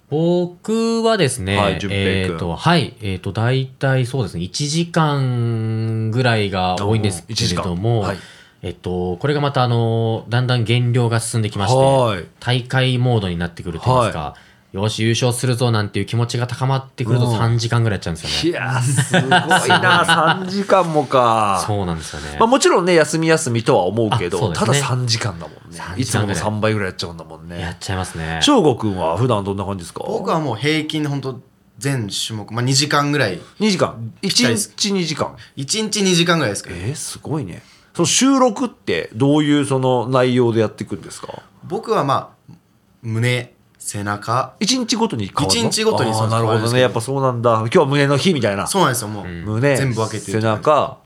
[SPEAKER 2] 僕はですね、
[SPEAKER 1] はい順平君
[SPEAKER 2] えっ、と、はい、えっ、と、大体そうですね、1時間ぐらいが多いんですけれども、
[SPEAKER 1] おー一時間はい
[SPEAKER 2] えっ、と、これがまた、あの、だんだん減量が進んできまし
[SPEAKER 1] はい
[SPEAKER 2] て、大会モードになってくると言いますか、よし、優勝するぞなんていう気持ちが高まってくると
[SPEAKER 1] うん
[SPEAKER 2] 3時間ぐらいやっちゃうんですよね。
[SPEAKER 1] いやー、すごい
[SPEAKER 2] [LAUGHS]
[SPEAKER 1] な、3時間もか。
[SPEAKER 2] そうなんですよね
[SPEAKER 1] まあ、。もちろんね、休み休みとは思うけ
[SPEAKER 2] あそ
[SPEAKER 1] ど、
[SPEAKER 2] うです
[SPEAKER 1] た
[SPEAKER 2] ね
[SPEAKER 1] だ3時間だもんね。
[SPEAKER 2] 3
[SPEAKER 1] いつもの
[SPEAKER 2] 時間ぐらい
[SPEAKER 1] 3倍ぐらいやっちゃうんだもん
[SPEAKER 2] やっ
[SPEAKER 1] ね。
[SPEAKER 2] ちゃいますね。
[SPEAKER 1] 翔吾くんは普段どんな感じですか
[SPEAKER 3] 僕はもう平均で本当全種目、まあ、2時間ぐらい。
[SPEAKER 1] 2時間。1
[SPEAKER 3] きたいです
[SPEAKER 1] 日2時間。
[SPEAKER 3] 1日2時間ぐらいですかね。
[SPEAKER 1] えー、すごいね。その収録ってどういうその内容でやっていくんですか
[SPEAKER 3] 僕はまあ、胸、背中
[SPEAKER 1] 一日ごとに変わるの
[SPEAKER 3] 一日ごとに
[SPEAKER 1] あ
[SPEAKER 3] そ
[SPEAKER 1] あ
[SPEAKER 3] う
[SPEAKER 1] なるほ
[SPEAKER 3] 変わるんで
[SPEAKER 1] ど
[SPEAKER 3] す
[SPEAKER 1] ね
[SPEAKER 3] けど
[SPEAKER 1] やっぱそうなんだ今日は胸の日みたいな
[SPEAKER 3] そうなんですよもう、
[SPEAKER 1] 胸
[SPEAKER 3] 全部分けて
[SPEAKER 1] 背
[SPEAKER 3] る
[SPEAKER 1] 中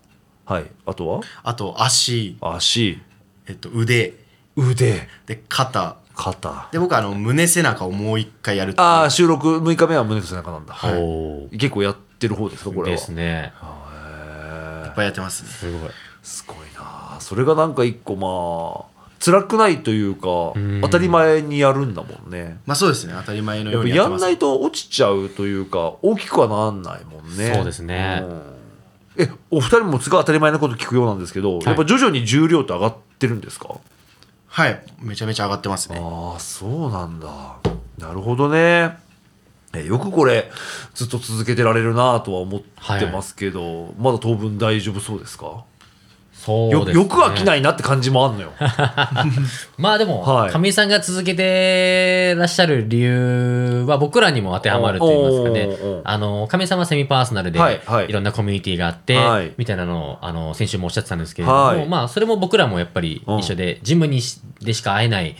[SPEAKER 1] はいあと
[SPEAKER 3] あと足、
[SPEAKER 1] は足
[SPEAKER 3] えっと、腕
[SPEAKER 1] 腕
[SPEAKER 3] で肩
[SPEAKER 1] 肩
[SPEAKER 3] で僕あの胸背中をもう一回やるっていう
[SPEAKER 1] ああ収録6日目は胸と背中なんだ、
[SPEAKER 3] はい
[SPEAKER 2] お
[SPEAKER 1] 結構やってる方ですかこ
[SPEAKER 2] お。
[SPEAKER 1] れは
[SPEAKER 2] ですね。
[SPEAKER 3] いっぱいやってますね
[SPEAKER 2] すごい。
[SPEAKER 1] すごいなあそれがなんか一個まあ辛くないというか
[SPEAKER 2] ん
[SPEAKER 1] 当たり前にやるんだもんね
[SPEAKER 3] まあそうですね当たり前の
[SPEAKER 1] や
[SPEAKER 3] よ
[SPEAKER 1] っ
[SPEAKER 3] う
[SPEAKER 1] ぱ
[SPEAKER 3] に
[SPEAKER 1] や
[SPEAKER 3] やって
[SPEAKER 1] ん
[SPEAKER 3] ます
[SPEAKER 1] ないと落ちちゃうというか大きくはなんないもんね
[SPEAKER 2] そうですね
[SPEAKER 1] んえお二人もすごい当たり前なこと聞くようなんですけど、
[SPEAKER 2] い
[SPEAKER 1] やっぱ徐々に重量って上がってるんですか
[SPEAKER 3] はいめちゃめちゃ上がってますね
[SPEAKER 1] ああそうなんだなるほどねえよくこれずっと続けてられるなとは思ってますけど、まだ当分大丈夫そうですか
[SPEAKER 2] そ
[SPEAKER 1] よ
[SPEAKER 2] うですね。
[SPEAKER 1] よく飽きないなって感じもあんの
[SPEAKER 2] [LAUGHS]
[SPEAKER 1] よ
[SPEAKER 2] まあでも、
[SPEAKER 1] はい
[SPEAKER 2] 亀井さんが続けてらっしゃる理由は僕らにも当てはまると言いますか
[SPEAKER 1] おーおーおー
[SPEAKER 2] ね。あの、亀井さんはセミパーソナルで、
[SPEAKER 1] はい
[SPEAKER 2] い
[SPEAKER 1] はい
[SPEAKER 2] ろんなコミュニティがあって、
[SPEAKER 1] はい
[SPEAKER 2] みたいなのを、あの、先週もおっしゃってたんですけれども、
[SPEAKER 1] はい
[SPEAKER 2] まあそれも僕らもやっぱり一緒で、ジムにしでしか会えない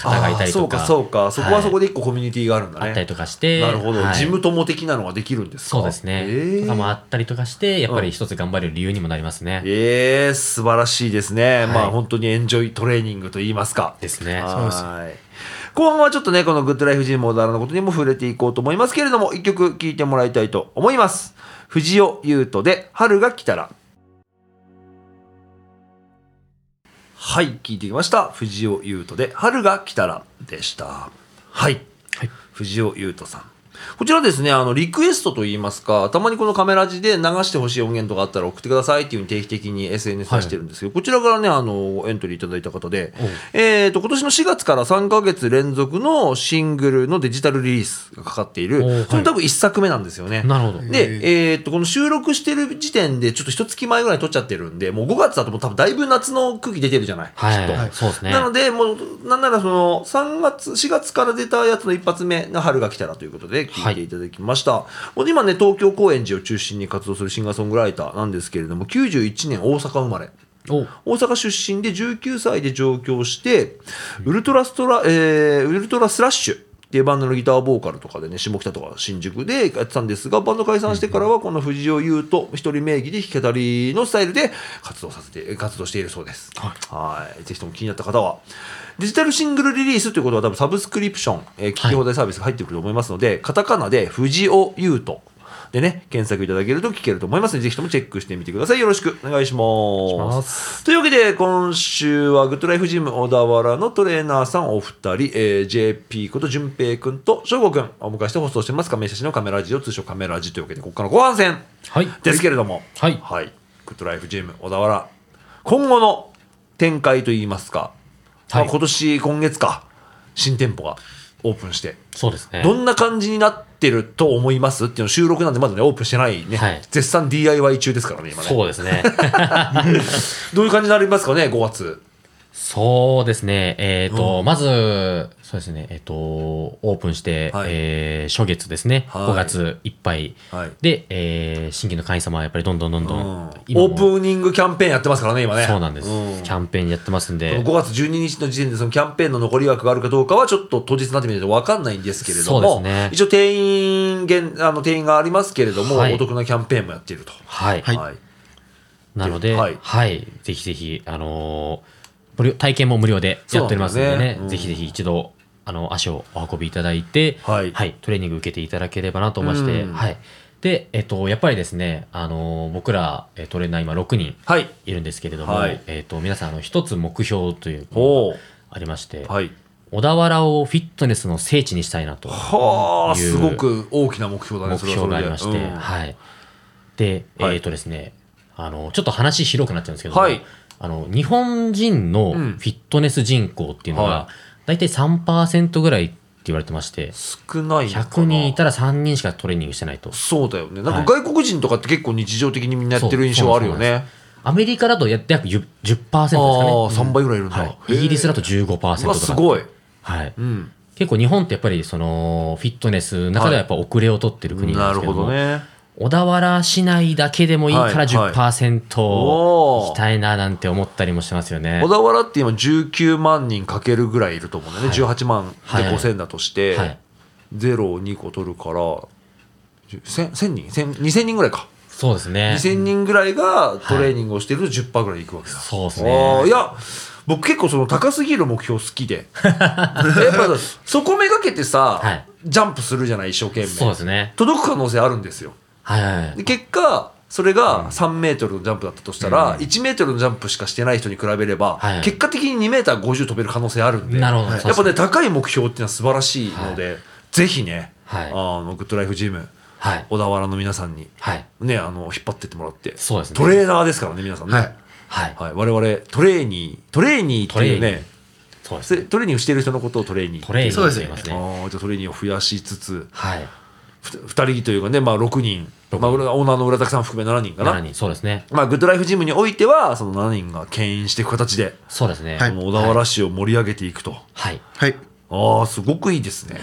[SPEAKER 2] 方がいたりとか、
[SPEAKER 1] あーそうかそうかそこはそこ
[SPEAKER 2] で、
[SPEAKER 1] で一個コミュニティがあるんだね、
[SPEAKER 2] あったりとかして、
[SPEAKER 1] なるほど、
[SPEAKER 2] はい
[SPEAKER 1] ジム友的なのができるんですか
[SPEAKER 2] そうですね。
[SPEAKER 1] えー
[SPEAKER 2] とかもあったりとかして、やっぱり一つ頑張れる理由にもなりますね。
[SPEAKER 1] えー、素晴らしいですね、
[SPEAKER 2] い
[SPEAKER 1] まあ本当にエンジョイトレーニングと言いますか
[SPEAKER 2] ですね
[SPEAKER 1] はい後半はちょっとねこのグッドライフジムモダラのことにも触れていこうと思いますけれども一曲聴いてもらいたいと思います藤尾優斗で「春が来たら」はい聴いてきました藤尾優斗で「春が来たら」でしたはい、
[SPEAKER 2] はい
[SPEAKER 1] 藤尾優斗さんこちらですね、あの、リクエストといいますか、たまにこのカメラ字で流してほしい音源とかあったら送ってくださいっていうふうに定期的に SNS 出してるんですけど、こちらからね、あの、エントリーいただいた方で、えっ、と、今年の4月から3ヶ月連続のシングルのデジタルリリースがかかっている、
[SPEAKER 2] おー
[SPEAKER 1] その多分1作目なんですよね。
[SPEAKER 2] なるほど。
[SPEAKER 1] で、えーっと、この収録してる時点で、ちょっと一月前ぐらいに撮っちゃってるんで、もう5月だともう多分だいぶ夏の空気出てるじゃない、きっと。
[SPEAKER 2] はい。そうですね。
[SPEAKER 1] なので、もう、なんならその、3月、4月から出たやつの一発目が春が来たらということで、聞いていただきました。もう今ね、東京高円寺を中心に活動するシンガーソングライターなんですけれども、91年大阪生まれ。
[SPEAKER 2] お
[SPEAKER 1] 大阪出身で19歳で上京して、ウルトラストラ、えーウルトラスラッシュ。っていうバンドのギターボーカルとかでね、下北とか新宿でやってたんですが、バンド解散してからは、この藤尾優と一人名義で弾き語りのスタイルで活動させて、活動しているそうです。はい。ぜひとも気になった方は、デジタルシングルリリースということは多分サブスクリプション、えー聞き放題サービスが入ってくると思いますので、カタカナで藤尾優とでね、検索いただけると聞けると思いますので、ぜひともチェックしてみてください。よろしくお願いします。
[SPEAKER 2] 願いしま
[SPEAKER 1] というわけで、今週はグッドライフジム小田原のトレーナーさんお二人、えー JP こと淳平くんと翔吾くんをお迎えして放送してます。亀井写真のカメラジオ、通称カメラジというわけで、ここから後半戦
[SPEAKER 2] はい。
[SPEAKER 1] ですけれども、
[SPEAKER 2] はい
[SPEAKER 1] グッドライフジム小田原、今後の展開といいますか、
[SPEAKER 2] はい
[SPEAKER 1] まあ今年、今月か、新店舗がオープンして、
[SPEAKER 2] そうですね。
[SPEAKER 1] どんな感じになってると思いますっていうの収録なんでまだね、オープンしてないね。
[SPEAKER 2] はい
[SPEAKER 1] 絶賛 DIY 中ですからね、今ね。
[SPEAKER 2] そうで
[SPEAKER 1] [LAUGHS]
[SPEAKER 2] すね。
[SPEAKER 1] どういう感じになりますかね、5月。
[SPEAKER 2] そうですね。えっ、と、まず、そうですね。えっ、と、オープンして、
[SPEAKER 1] はい
[SPEAKER 2] えー初月ですね。
[SPEAKER 1] はい
[SPEAKER 2] 5月いっぱい。
[SPEAKER 1] はい
[SPEAKER 2] で、えー新規の会員様はやっぱりどんどんどんどん、今
[SPEAKER 1] オ
[SPEAKER 2] も
[SPEAKER 1] ープニングキャンペーンやってますからね、今ね。
[SPEAKER 2] そうなんです、キャンペーンやってますんで。
[SPEAKER 1] 5月12日の時点でそのキャンペーンの残り枠があるかどうかはちょっと当日になってみないと分かんないんですけれど
[SPEAKER 2] そ
[SPEAKER 1] も、
[SPEAKER 2] うですね
[SPEAKER 1] 一応定員限あの定員がありますけれども、
[SPEAKER 2] はい
[SPEAKER 1] お得なキャンペーンもやっていると。
[SPEAKER 2] はい。
[SPEAKER 3] はい
[SPEAKER 1] はい
[SPEAKER 2] なので、
[SPEAKER 1] は
[SPEAKER 2] はいい、ぜひぜひ、あのー無料体験も無料でやっておりますの
[SPEAKER 1] そうな
[SPEAKER 2] で
[SPEAKER 1] んだ
[SPEAKER 2] ね
[SPEAKER 1] よねうん
[SPEAKER 2] ぜひぜひ一度、あの、足をお運びいただいて、
[SPEAKER 1] はい
[SPEAKER 2] トレーニング受けていただければなと思いまして、
[SPEAKER 1] うん
[SPEAKER 2] はい。で、えっと、やっぱりですね、あのー僕ら、えトレーナー今6人
[SPEAKER 1] はい。
[SPEAKER 2] いるんですけれども、
[SPEAKER 1] はい
[SPEAKER 2] えっと、皆さん、あの、一つ目標というの
[SPEAKER 1] おー
[SPEAKER 2] がありまして、
[SPEAKER 1] はい。
[SPEAKER 2] 小田原をフィットネスの聖地にしたいなと。
[SPEAKER 1] はあ、
[SPEAKER 2] いう
[SPEAKER 1] すごく大きな目標だね、
[SPEAKER 2] 目
[SPEAKER 1] それ
[SPEAKER 2] 標
[SPEAKER 1] はそれで
[SPEAKER 2] がありまし
[SPEAKER 1] う
[SPEAKER 2] て、
[SPEAKER 1] ん
[SPEAKER 2] はい。で、
[SPEAKER 1] はい
[SPEAKER 2] えっ、とですね、あの、ちょっと話広くなっちゃうんですけども、
[SPEAKER 1] はい
[SPEAKER 2] あの、日本人のフ
[SPEAKER 1] ん
[SPEAKER 2] ィットネス人口っていうの
[SPEAKER 1] は
[SPEAKER 2] が、大体3%ぐらいって言われてまして、
[SPEAKER 1] 少ないのかな
[SPEAKER 2] 100人いたら3人しかトレーニングしてないと。
[SPEAKER 1] そうだよね。な
[SPEAKER 2] は
[SPEAKER 1] ん
[SPEAKER 2] い
[SPEAKER 1] か外国人とかって結構日常的にみんなやってる印象あるよね。
[SPEAKER 2] アメリカだとや約10%ですか
[SPEAKER 1] ああ
[SPEAKER 2] ね。
[SPEAKER 1] ー、3倍ぐらいいるんだ。
[SPEAKER 2] はい、イギリスだと15%とか。
[SPEAKER 1] うわすごい。
[SPEAKER 2] はい。
[SPEAKER 1] うん。
[SPEAKER 2] 結構日本ってやっぱりそのフィットネスの中ではやっぱ遅れを取ってる国な
[SPEAKER 1] なんる
[SPEAKER 2] ですけど
[SPEAKER 1] ほ
[SPEAKER 2] も、
[SPEAKER 1] どね。
[SPEAKER 2] 小田原市内だけでもいいか
[SPEAKER 1] は
[SPEAKER 2] ら
[SPEAKER 1] いはい
[SPEAKER 2] 10%
[SPEAKER 1] おー
[SPEAKER 2] いきたいななんて思ったりもしてますよね
[SPEAKER 1] 小。田原って今19万人かけるぐらいいると思うんだよね、18万で
[SPEAKER 2] はい
[SPEAKER 1] 5000だとして、
[SPEAKER 2] はい
[SPEAKER 1] 0を2個取るから1000 1000人1000 2000人ぐらいか
[SPEAKER 2] そうですね。
[SPEAKER 1] 2000人ぐらいがトレーニングをしてると10%ぐらいいくわけだ、
[SPEAKER 2] そうです
[SPEAKER 1] あ
[SPEAKER 2] ね
[SPEAKER 1] ーい。や僕結構その高すぎる目標好き
[SPEAKER 2] [LAUGHS]
[SPEAKER 1] でやっぱそこめがけてさ、
[SPEAKER 2] はい
[SPEAKER 1] ジャンプするじゃない一生懸
[SPEAKER 2] そう
[SPEAKER 1] 命
[SPEAKER 2] ですね。
[SPEAKER 1] 届く可能性あるんですよ
[SPEAKER 2] はいはいはい。
[SPEAKER 1] で結果それが3メートルのジャンプだったとしたら、1メートルのジャンプしかしてない人に比べれば、
[SPEAKER 2] はい
[SPEAKER 1] 結果的に2メーター50飛べる可能性あるんで
[SPEAKER 2] なるほど
[SPEAKER 1] はいや
[SPEAKER 2] そう
[SPEAKER 1] っ
[SPEAKER 2] そ
[SPEAKER 1] ぱ
[SPEAKER 2] う
[SPEAKER 1] ね高い目標っていうのは素晴らしいので、ぜひね、
[SPEAKER 2] はい
[SPEAKER 1] あのグッドライフジム
[SPEAKER 2] はい。
[SPEAKER 1] 小田原の皆さんに、
[SPEAKER 2] はい。
[SPEAKER 1] ね、あの引っ張ってってもらって
[SPEAKER 2] そうですね
[SPEAKER 1] トレーナーですからね皆さんね、
[SPEAKER 3] はい。
[SPEAKER 2] はい。
[SPEAKER 1] はい、我々トレーニートレーニーっていう
[SPEAKER 2] トレーニ
[SPEAKER 1] ね
[SPEAKER 2] そうです
[SPEAKER 1] せ
[SPEAKER 2] ね。
[SPEAKER 1] トレーニングしてる人のことをトレーニー
[SPEAKER 2] トレーニン
[SPEAKER 1] ー
[SPEAKER 2] グと言います
[SPEAKER 1] あ
[SPEAKER 2] ね。
[SPEAKER 1] ーじゃあトレーニーを増やしつつ
[SPEAKER 2] はい。
[SPEAKER 1] 2人というかね、まあ、6人
[SPEAKER 2] 六人
[SPEAKER 1] まあ、俺はオーナーの浦崎さん含め7人かな
[SPEAKER 2] 7人。そうですね。
[SPEAKER 1] まあ、グッドライフジムにおいてはその7人が牽引していく形で、
[SPEAKER 2] そうですね。
[SPEAKER 1] こ
[SPEAKER 3] はい
[SPEAKER 1] の小田原市を盛り上げていくと、
[SPEAKER 2] はい。
[SPEAKER 3] はい。
[SPEAKER 1] ああすごくいいです
[SPEAKER 3] [LAUGHS]
[SPEAKER 1] ね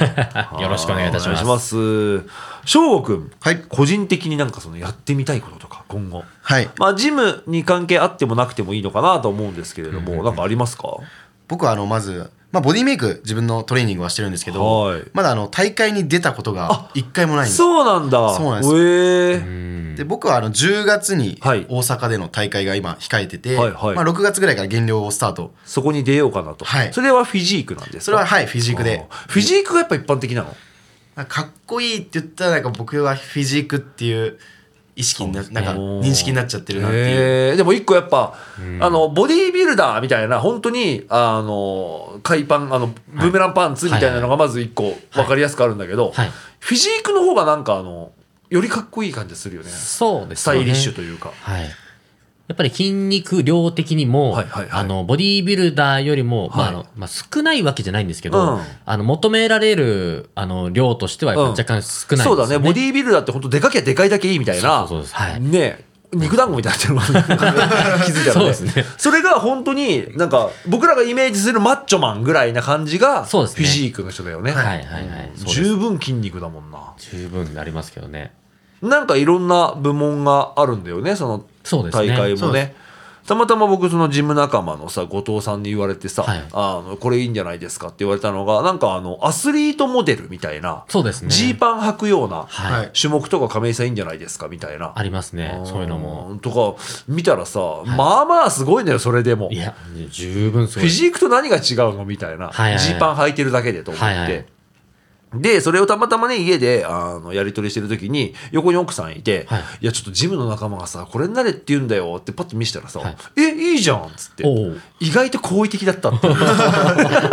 [SPEAKER 2] よろしくお願いい [LAUGHS] たし
[SPEAKER 1] はいお願
[SPEAKER 2] ます
[SPEAKER 1] いします翔吾君、
[SPEAKER 3] はい
[SPEAKER 1] 個人的になんかそのやってみたいこととか今後
[SPEAKER 3] はい。
[SPEAKER 1] まあジムに関係あってもなくてもいいのかなと思うんですけれども、なんかありますか
[SPEAKER 3] 僕はあの、まず、まあ、ボディメイク自分のトレーニングはしてるんですけど
[SPEAKER 1] はい、
[SPEAKER 3] まだあの、大会に出たことが一回もないんです。
[SPEAKER 1] そうなんだ
[SPEAKER 3] そうなんで
[SPEAKER 1] え
[SPEAKER 3] す
[SPEAKER 2] う
[SPEAKER 1] ー
[SPEAKER 2] ん。
[SPEAKER 3] で僕はあの10月に
[SPEAKER 1] は
[SPEAKER 3] 大
[SPEAKER 1] い
[SPEAKER 3] 阪での大会が今控えてて、
[SPEAKER 1] はいはい
[SPEAKER 3] まあ、6月ぐらいから減量をスタート
[SPEAKER 1] そこに出ようかなと、
[SPEAKER 3] はい
[SPEAKER 1] それはフィジークなんですか
[SPEAKER 3] それははいフィジークで
[SPEAKER 1] あーフィジークがやっぱ一般的なの
[SPEAKER 3] なんかかっこいいって言ったらなんか僕はフィジークっていう意識にな,、なんか
[SPEAKER 1] おー
[SPEAKER 3] 認識になっちゃってるなっていう、
[SPEAKER 1] へーでも一個やっぱ、あのボディービルダーみたいな本当にあの海パンあのブーメランパンツみたいなのがまず一個分かりやすくあるんだけど、
[SPEAKER 2] はい
[SPEAKER 1] フィジークの方がなんかあのよりかっこいい感じするよねス
[SPEAKER 2] そうです
[SPEAKER 1] タ
[SPEAKER 2] ね。
[SPEAKER 1] イリッシュというか、
[SPEAKER 2] はい。やっぱり筋肉量的にも、
[SPEAKER 1] はいはいはい
[SPEAKER 2] あの、ボディービルダーよりも、まあ、あ
[SPEAKER 1] は
[SPEAKER 2] の、まあ、少ないわけじゃないんですけど、
[SPEAKER 1] うん
[SPEAKER 2] あの、求められる、あの、量としては、やっ
[SPEAKER 1] うん
[SPEAKER 2] ぱ若干少ないです
[SPEAKER 1] そ
[SPEAKER 2] よ、
[SPEAKER 1] うだねボディービルダーって本当でかきゃでかいだけいいみたいな
[SPEAKER 2] そうそうそうですはい
[SPEAKER 1] ね肉団子みたいにな
[SPEAKER 2] [LAUGHS]
[SPEAKER 1] ってるもん気づいたらね
[SPEAKER 2] そうですね
[SPEAKER 1] それが本当になんか僕らがイメージするマッチョマンぐらいな感じがフ
[SPEAKER 2] そうですね
[SPEAKER 1] ィジークの人だよね
[SPEAKER 2] はいはいはい。そうです
[SPEAKER 1] 十分筋肉だもんな
[SPEAKER 2] 十分になりますけどね。
[SPEAKER 1] なんかいろんな部門があるんだよね、その
[SPEAKER 2] そうです
[SPEAKER 1] 大
[SPEAKER 2] ね。
[SPEAKER 1] 会
[SPEAKER 3] そ
[SPEAKER 1] も
[SPEAKER 3] う
[SPEAKER 1] ね。たまたま僕、そのジム仲間のさ、後藤さんに言われてさ、
[SPEAKER 2] はい
[SPEAKER 1] あの、これいいんじゃないですかって言われたのが、なんかあの、アスリートモデルみたいな、
[SPEAKER 2] そうですね。
[SPEAKER 1] ジーパン履くような
[SPEAKER 2] はい。
[SPEAKER 3] はい
[SPEAKER 1] 種目とか亀井さんいいんじゃないですかみたいな。
[SPEAKER 2] ありますね。そういうのも。
[SPEAKER 1] うん。とか、見たらさ、まあまあすごいんだよ、それでも
[SPEAKER 2] い。や、十分す
[SPEAKER 1] フ
[SPEAKER 2] ご
[SPEAKER 1] ィ
[SPEAKER 2] い。
[SPEAKER 1] ジークと何が違うのみたいな。ジ
[SPEAKER 2] はいはいはい
[SPEAKER 1] ーパン履いてるだけでと思って。
[SPEAKER 2] はいはい
[SPEAKER 1] で、それをたまたまね、家で、あの、やり取りしてる時に、横に奥さんいて、
[SPEAKER 2] はい
[SPEAKER 1] い、や、ちょっとジムの仲間がさ、これになれって言うんだよってパッと見せたらさ、
[SPEAKER 2] はい
[SPEAKER 1] え、いいじゃんっつって。
[SPEAKER 2] おう
[SPEAKER 1] 意外と好意的だったっていう [LAUGHS]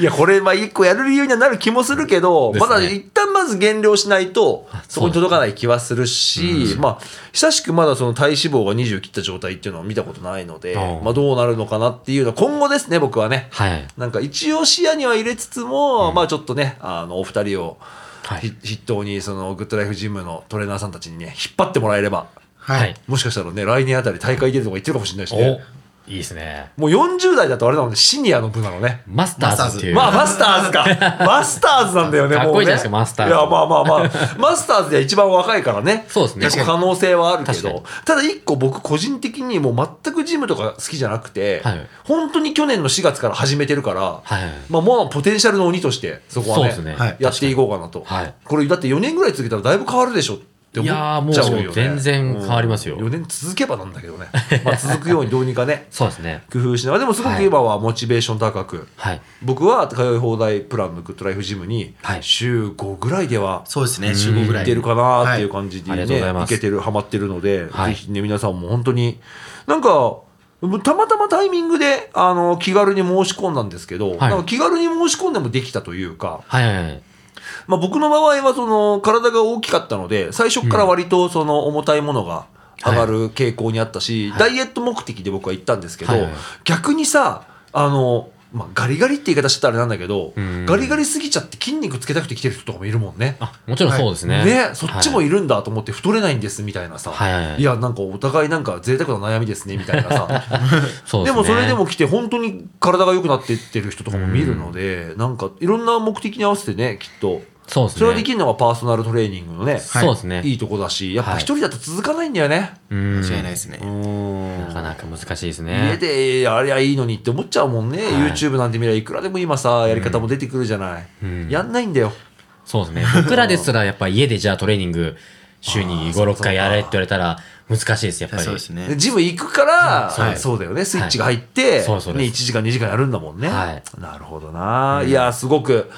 [SPEAKER 1] いやこれまあ一個やる理由にはなる気もするけど、
[SPEAKER 2] です
[SPEAKER 1] ま
[SPEAKER 2] ね
[SPEAKER 1] だ一旦まず減量しないと
[SPEAKER 2] あ
[SPEAKER 1] そこに届かない気はするし、まあ久しくまだその体脂肪が20切った状態っていうのは見たことないので、
[SPEAKER 2] うん
[SPEAKER 1] まあどうなるのかなっていうのは今後ですね僕はね
[SPEAKER 2] はい。
[SPEAKER 1] なんか一応視野には入れつつも、まあちょっとねあのお二人を、
[SPEAKER 2] はい
[SPEAKER 1] ひ筆頭にそのグッドライフジムのトレーナーさんたちにね引っ張ってもらえれば
[SPEAKER 3] はい
[SPEAKER 2] はい。
[SPEAKER 1] もしかしたらね来年あたり大会出るとか言ってるかもしれないしね。
[SPEAKER 2] おいいですね。
[SPEAKER 1] もう40代だとあれなのね、シニアの部なのね。
[SPEAKER 2] マスターズっていう。
[SPEAKER 1] まあ、マスターズ
[SPEAKER 2] [LAUGHS]
[SPEAKER 1] か。マスターズなんだよね、
[SPEAKER 2] かっ
[SPEAKER 1] もうね
[SPEAKER 2] こいいじゃないですかマスターズ
[SPEAKER 1] いや、まあまあまあ、マスターズでは一番若いからね。
[SPEAKER 2] そうですね
[SPEAKER 1] 結構可能性はあるけ
[SPEAKER 2] 確か
[SPEAKER 1] ど
[SPEAKER 2] に、
[SPEAKER 1] ただ一個僕個人的にもう全くジムとか好きじゃなくて、
[SPEAKER 2] はい
[SPEAKER 1] 本当に去年の4月から始めてるから、
[SPEAKER 2] はい。
[SPEAKER 1] まあもうポテンシャルの鬼として、そこはね、
[SPEAKER 2] そうですね。
[SPEAKER 3] はい
[SPEAKER 1] やっていこうかなと。
[SPEAKER 2] はい
[SPEAKER 1] これだって4年ぐらい続けたらだいぶ変わるでしょって思っちゃうよ、ね。
[SPEAKER 2] いやーもう全然変わりますよ
[SPEAKER 1] 4年続けばなんだけどね。まあ続くようにどうにか
[SPEAKER 2] [LAUGHS]
[SPEAKER 1] ね。
[SPEAKER 2] そうですね。
[SPEAKER 1] 工夫しながらでもすごく今はモチベーション高く、
[SPEAKER 2] はい。
[SPEAKER 1] 僕は通い放題プランのグッドライフジムに
[SPEAKER 2] はい
[SPEAKER 1] 週5ぐらいでは
[SPEAKER 3] そうですね週5
[SPEAKER 1] 行
[SPEAKER 3] ぐら
[SPEAKER 1] っ
[SPEAKER 3] い
[SPEAKER 1] てるかなっていう
[SPEAKER 3] は
[SPEAKER 1] 感じで
[SPEAKER 2] はいあ
[SPEAKER 1] ね、
[SPEAKER 2] りがとうござい
[SPEAKER 1] 行
[SPEAKER 2] ます
[SPEAKER 1] けてるハマってるので、
[SPEAKER 2] はい
[SPEAKER 1] ぜひね皆さんも本当になんかたまたまタイミングであの気軽に申し込んだんですけど、
[SPEAKER 2] はい
[SPEAKER 1] なんか気軽に申し込んでもできたというか、
[SPEAKER 2] はいはいはい。
[SPEAKER 1] まあ、僕の場合はその体が大きかったので最初から割とその重たいものが上がる傾向にあったし、ダイエット目的で僕は行ったんですけど、
[SPEAKER 2] はいはい
[SPEAKER 1] 逆にさあの、まあ、ガリガリって言い方してたらあれなんだけど、
[SPEAKER 2] うん
[SPEAKER 1] ガリガリすぎちゃって筋肉つけたくて来てる人とかもいるもんね。
[SPEAKER 2] あ、もちろんそうですね。
[SPEAKER 1] ね、そっちも
[SPEAKER 2] い
[SPEAKER 1] いるんだと思って太れないんですみたいなさ、
[SPEAKER 2] はいはいはい
[SPEAKER 1] やなんかお互いなんか贅沢な悩みですねみたいなさ
[SPEAKER 2] [LAUGHS] そう
[SPEAKER 1] で
[SPEAKER 2] ですね。
[SPEAKER 1] もそれでも来て本当に体が良くなっていってる人とかも見るので、なんかいろんな目的に合わせてねきっと
[SPEAKER 2] そうですね
[SPEAKER 1] それができるのがパーソナルトレーニングのね、
[SPEAKER 2] そうですね。
[SPEAKER 1] いいとこだし、やっぱ一人だと続かないんだよね。
[SPEAKER 2] うん。
[SPEAKER 3] 間違いないですね
[SPEAKER 1] う。ん
[SPEAKER 2] なかなか難しいです
[SPEAKER 1] 家
[SPEAKER 2] ね。
[SPEAKER 1] でやりゃいいのにって思っちゃうもんね、
[SPEAKER 2] い
[SPEAKER 1] YouTube なんて見りゃいくらでも今さやり方も出てくるじゃない、
[SPEAKER 2] ん
[SPEAKER 1] やんないんだよ
[SPEAKER 2] そうですね。僕らですらやっぱ家でじゃあトレーニング週に5、6回やれって言われたら難しいです、やっぱり。
[SPEAKER 3] そうですね
[SPEAKER 1] で。ジム行くから、
[SPEAKER 2] そう
[SPEAKER 1] はいそうだよねスイッチが入って、
[SPEAKER 2] はいそうそうです
[SPEAKER 1] ね、1時間2時間やるんだもんね、
[SPEAKER 2] はい
[SPEAKER 1] なるほどな、いやーすごく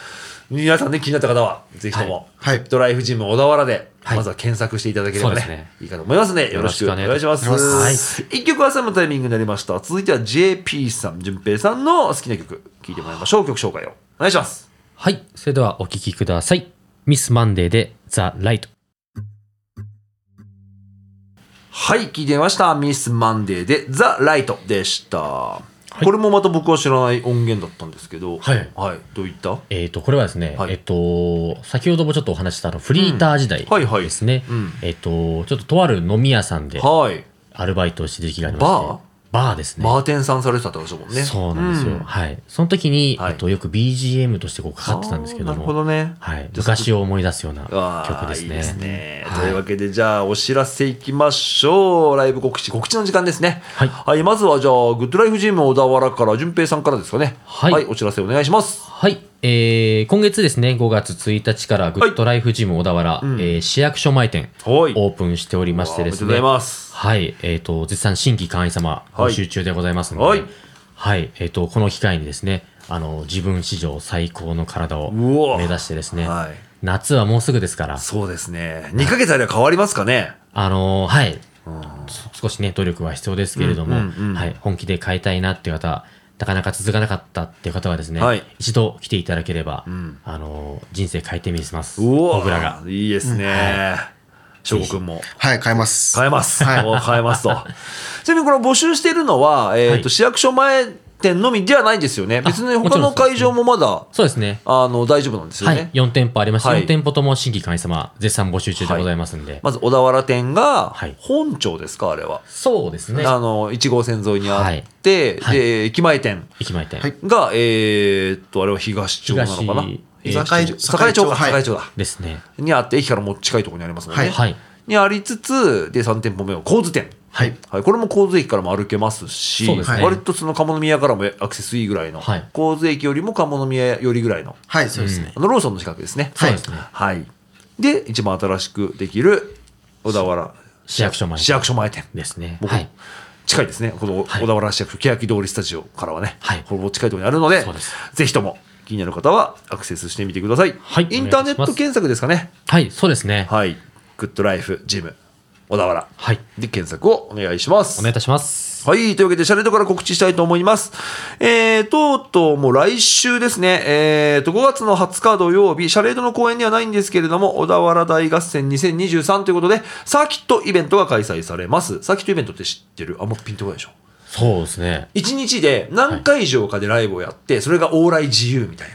[SPEAKER 1] 皆さんね気になった方はぜひとも、
[SPEAKER 3] はいはい
[SPEAKER 1] ドライフジム小田原で、
[SPEAKER 2] はい
[SPEAKER 1] まずは検索していただければ
[SPEAKER 2] そうで
[SPEAKER 1] ね
[SPEAKER 2] す
[SPEAKER 1] い
[SPEAKER 2] ね
[SPEAKER 1] いかと思いますねよろしくお願いします
[SPEAKER 3] よろしくお願い
[SPEAKER 2] し
[SPEAKER 1] 一曲は挟むタイミングになりました続いては JP さん順平さんの好きな曲聴いてもらいましょう曲紹介をお願いします
[SPEAKER 2] はい。それではお聞きください。ミスマンデーでザ・ライト。
[SPEAKER 1] はい、聞いてみました。ミス・マンデーで、ザ・ライトでした。これもまた僕は知らない音源だったんですけど、
[SPEAKER 2] はい
[SPEAKER 1] どういった
[SPEAKER 2] えっ、と、これはですね、
[SPEAKER 1] はい
[SPEAKER 2] えっ、と、先ほどもちょっとお話ししたあの、フリーター時代
[SPEAKER 1] はいはい
[SPEAKER 2] ですね。
[SPEAKER 1] うん
[SPEAKER 2] えっ、と、ちょっととある飲み屋さんで
[SPEAKER 1] はい。
[SPEAKER 2] アルバイトをしてる時期がありまして。
[SPEAKER 1] バー
[SPEAKER 2] バーですね。
[SPEAKER 1] バーテンさんされてたって話だもんね。
[SPEAKER 2] そうなんですよ。はい。その時に、
[SPEAKER 1] はい
[SPEAKER 2] えっと、よく BGM としてこうかかってたんですけど
[SPEAKER 1] あーな
[SPEAKER 2] も。
[SPEAKER 1] るほどね。
[SPEAKER 2] はい。昔を思い出すような
[SPEAKER 1] あー
[SPEAKER 2] 曲です
[SPEAKER 1] い
[SPEAKER 2] ね。
[SPEAKER 1] いですね。
[SPEAKER 2] はい
[SPEAKER 1] というわけで、じゃあ、お知らせいきましょう。ライブ告知、告知の時間ですね。
[SPEAKER 2] はい
[SPEAKER 1] まずは、じゃあ、グッドライフジム小田原から、順平さんからですかね。
[SPEAKER 2] はい
[SPEAKER 1] お知らせお願いします。
[SPEAKER 2] はい。えー今月ですね、5月1日から、グッドライフジム小田原、えー市役所前店、
[SPEAKER 1] はい
[SPEAKER 2] オープンしておりましてです
[SPEAKER 1] おめでと
[SPEAKER 2] ね。
[SPEAKER 1] うございます
[SPEAKER 2] はい。えっ、と、絶賛新規会員様、
[SPEAKER 1] はい
[SPEAKER 2] 募集中でございますので、
[SPEAKER 1] はい
[SPEAKER 2] はいえっ、と、この機会にですね、あの、自分史上最高の体を
[SPEAKER 1] うお
[SPEAKER 2] 目指してですね、
[SPEAKER 1] はい
[SPEAKER 2] 夏はもうすぐですから、
[SPEAKER 1] そうですね。2ヶ月あれば変わりますかね。
[SPEAKER 2] あのーはい、そ少しね、努力は必要ですけれども、
[SPEAKER 1] うんうんうん
[SPEAKER 2] はい、本気で変えたいなっていう方、なかなか続かなかったっていう方はですね、
[SPEAKER 1] はい
[SPEAKER 2] 一度来ていただければ、あのー人生変えてみせます。
[SPEAKER 1] うお
[SPEAKER 2] 僕らが。
[SPEAKER 1] いいですね。翔吾くんも。
[SPEAKER 3] はい、変えます。
[SPEAKER 1] 変えます。
[SPEAKER 3] はい
[SPEAKER 1] もう変え
[SPEAKER 2] [LAUGHS]
[SPEAKER 1] ますと。ちなみにこの募集しているのは、えっ、と、
[SPEAKER 2] はい
[SPEAKER 1] 市役所前店のみではないんですよね。別に他
[SPEAKER 2] もちろ
[SPEAKER 1] の
[SPEAKER 2] んそう
[SPEAKER 1] 会
[SPEAKER 2] です
[SPEAKER 1] 場もまだ、
[SPEAKER 2] そうですね。
[SPEAKER 1] あの、大丈夫なんですよ
[SPEAKER 2] はい
[SPEAKER 1] ね。。
[SPEAKER 2] 4店舗ありまして、
[SPEAKER 1] はい
[SPEAKER 2] 4店舗とも新規会員様、絶賛募集中でございますんで。
[SPEAKER 1] まず、小田原店が
[SPEAKER 2] はい、
[SPEAKER 1] 本町ですか、あれは。
[SPEAKER 2] そうですね。
[SPEAKER 1] あの、1号線沿いにあって、
[SPEAKER 2] はい
[SPEAKER 1] で、駅前店
[SPEAKER 2] 駅前店。
[SPEAKER 3] はい
[SPEAKER 1] が、えっと、あれは東町なのかな
[SPEAKER 2] 東えー
[SPEAKER 1] 東町
[SPEAKER 3] 栄
[SPEAKER 1] 栄町か、
[SPEAKER 3] はい
[SPEAKER 1] 栄町だ。
[SPEAKER 2] ですね。
[SPEAKER 1] にあって、駅からも近いところにありますので、ね
[SPEAKER 2] はい。
[SPEAKER 1] にありつつ、で、3店舗目は、神津店。
[SPEAKER 2] はい。
[SPEAKER 1] はい、これも神津駅からも歩けますし、
[SPEAKER 2] そうです
[SPEAKER 3] ね
[SPEAKER 1] 割とその鴨宮からもアクセスいいぐらいの、
[SPEAKER 2] はい
[SPEAKER 1] 神津駅よりも鴨宮よりぐらいの、
[SPEAKER 3] はい、そうですね。
[SPEAKER 1] あのローソンの近くですね。
[SPEAKER 2] そうですね
[SPEAKER 1] はい。で、一番新しくできる小田原
[SPEAKER 2] 市役所前
[SPEAKER 1] 市役所前店。
[SPEAKER 2] ですね。
[SPEAKER 1] 僕
[SPEAKER 2] はい。
[SPEAKER 1] 近いですね、この
[SPEAKER 2] はい
[SPEAKER 1] 小田原市役所、欅通りスタジオからはね、
[SPEAKER 2] はい
[SPEAKER 1] ほぼ近いところにあるので
[SPEAKER 2] そうです、
[SPEAKER 1] ぜひとも気になる方はアクセスしてみてください。
[SPEAKER 2] はい
[SPEAKER 1] インターネット
[SPEAKER 2] お願いします
[SPEAKER 1] 検索ですかね。
[SPEAKER 2] はい、そうですね。
[SPEAKER 1] はい。グッドライフジム小田原
[SPEAKER 2] はい。
[SPEAKER 1] で検索をお願いします。
[SPEAKER 2] お願いいたします。
[SPEAKER 1] はい。というわけで、シャレートから告知したいと思います。えー、とうとうもう来週ですね、えーと、5月の20日土曜日、シャレートの公演ではないんですけれども、小田原大合戦2023ということで、サーキットイベントが開催されます。サーキットイベントって知ってるあんまピンとこないでしょ
[SPEAKER 2] そうですね。
[SPEAKER 1] ?1 日で何会場かでライブをやって、それが往来自由みたいな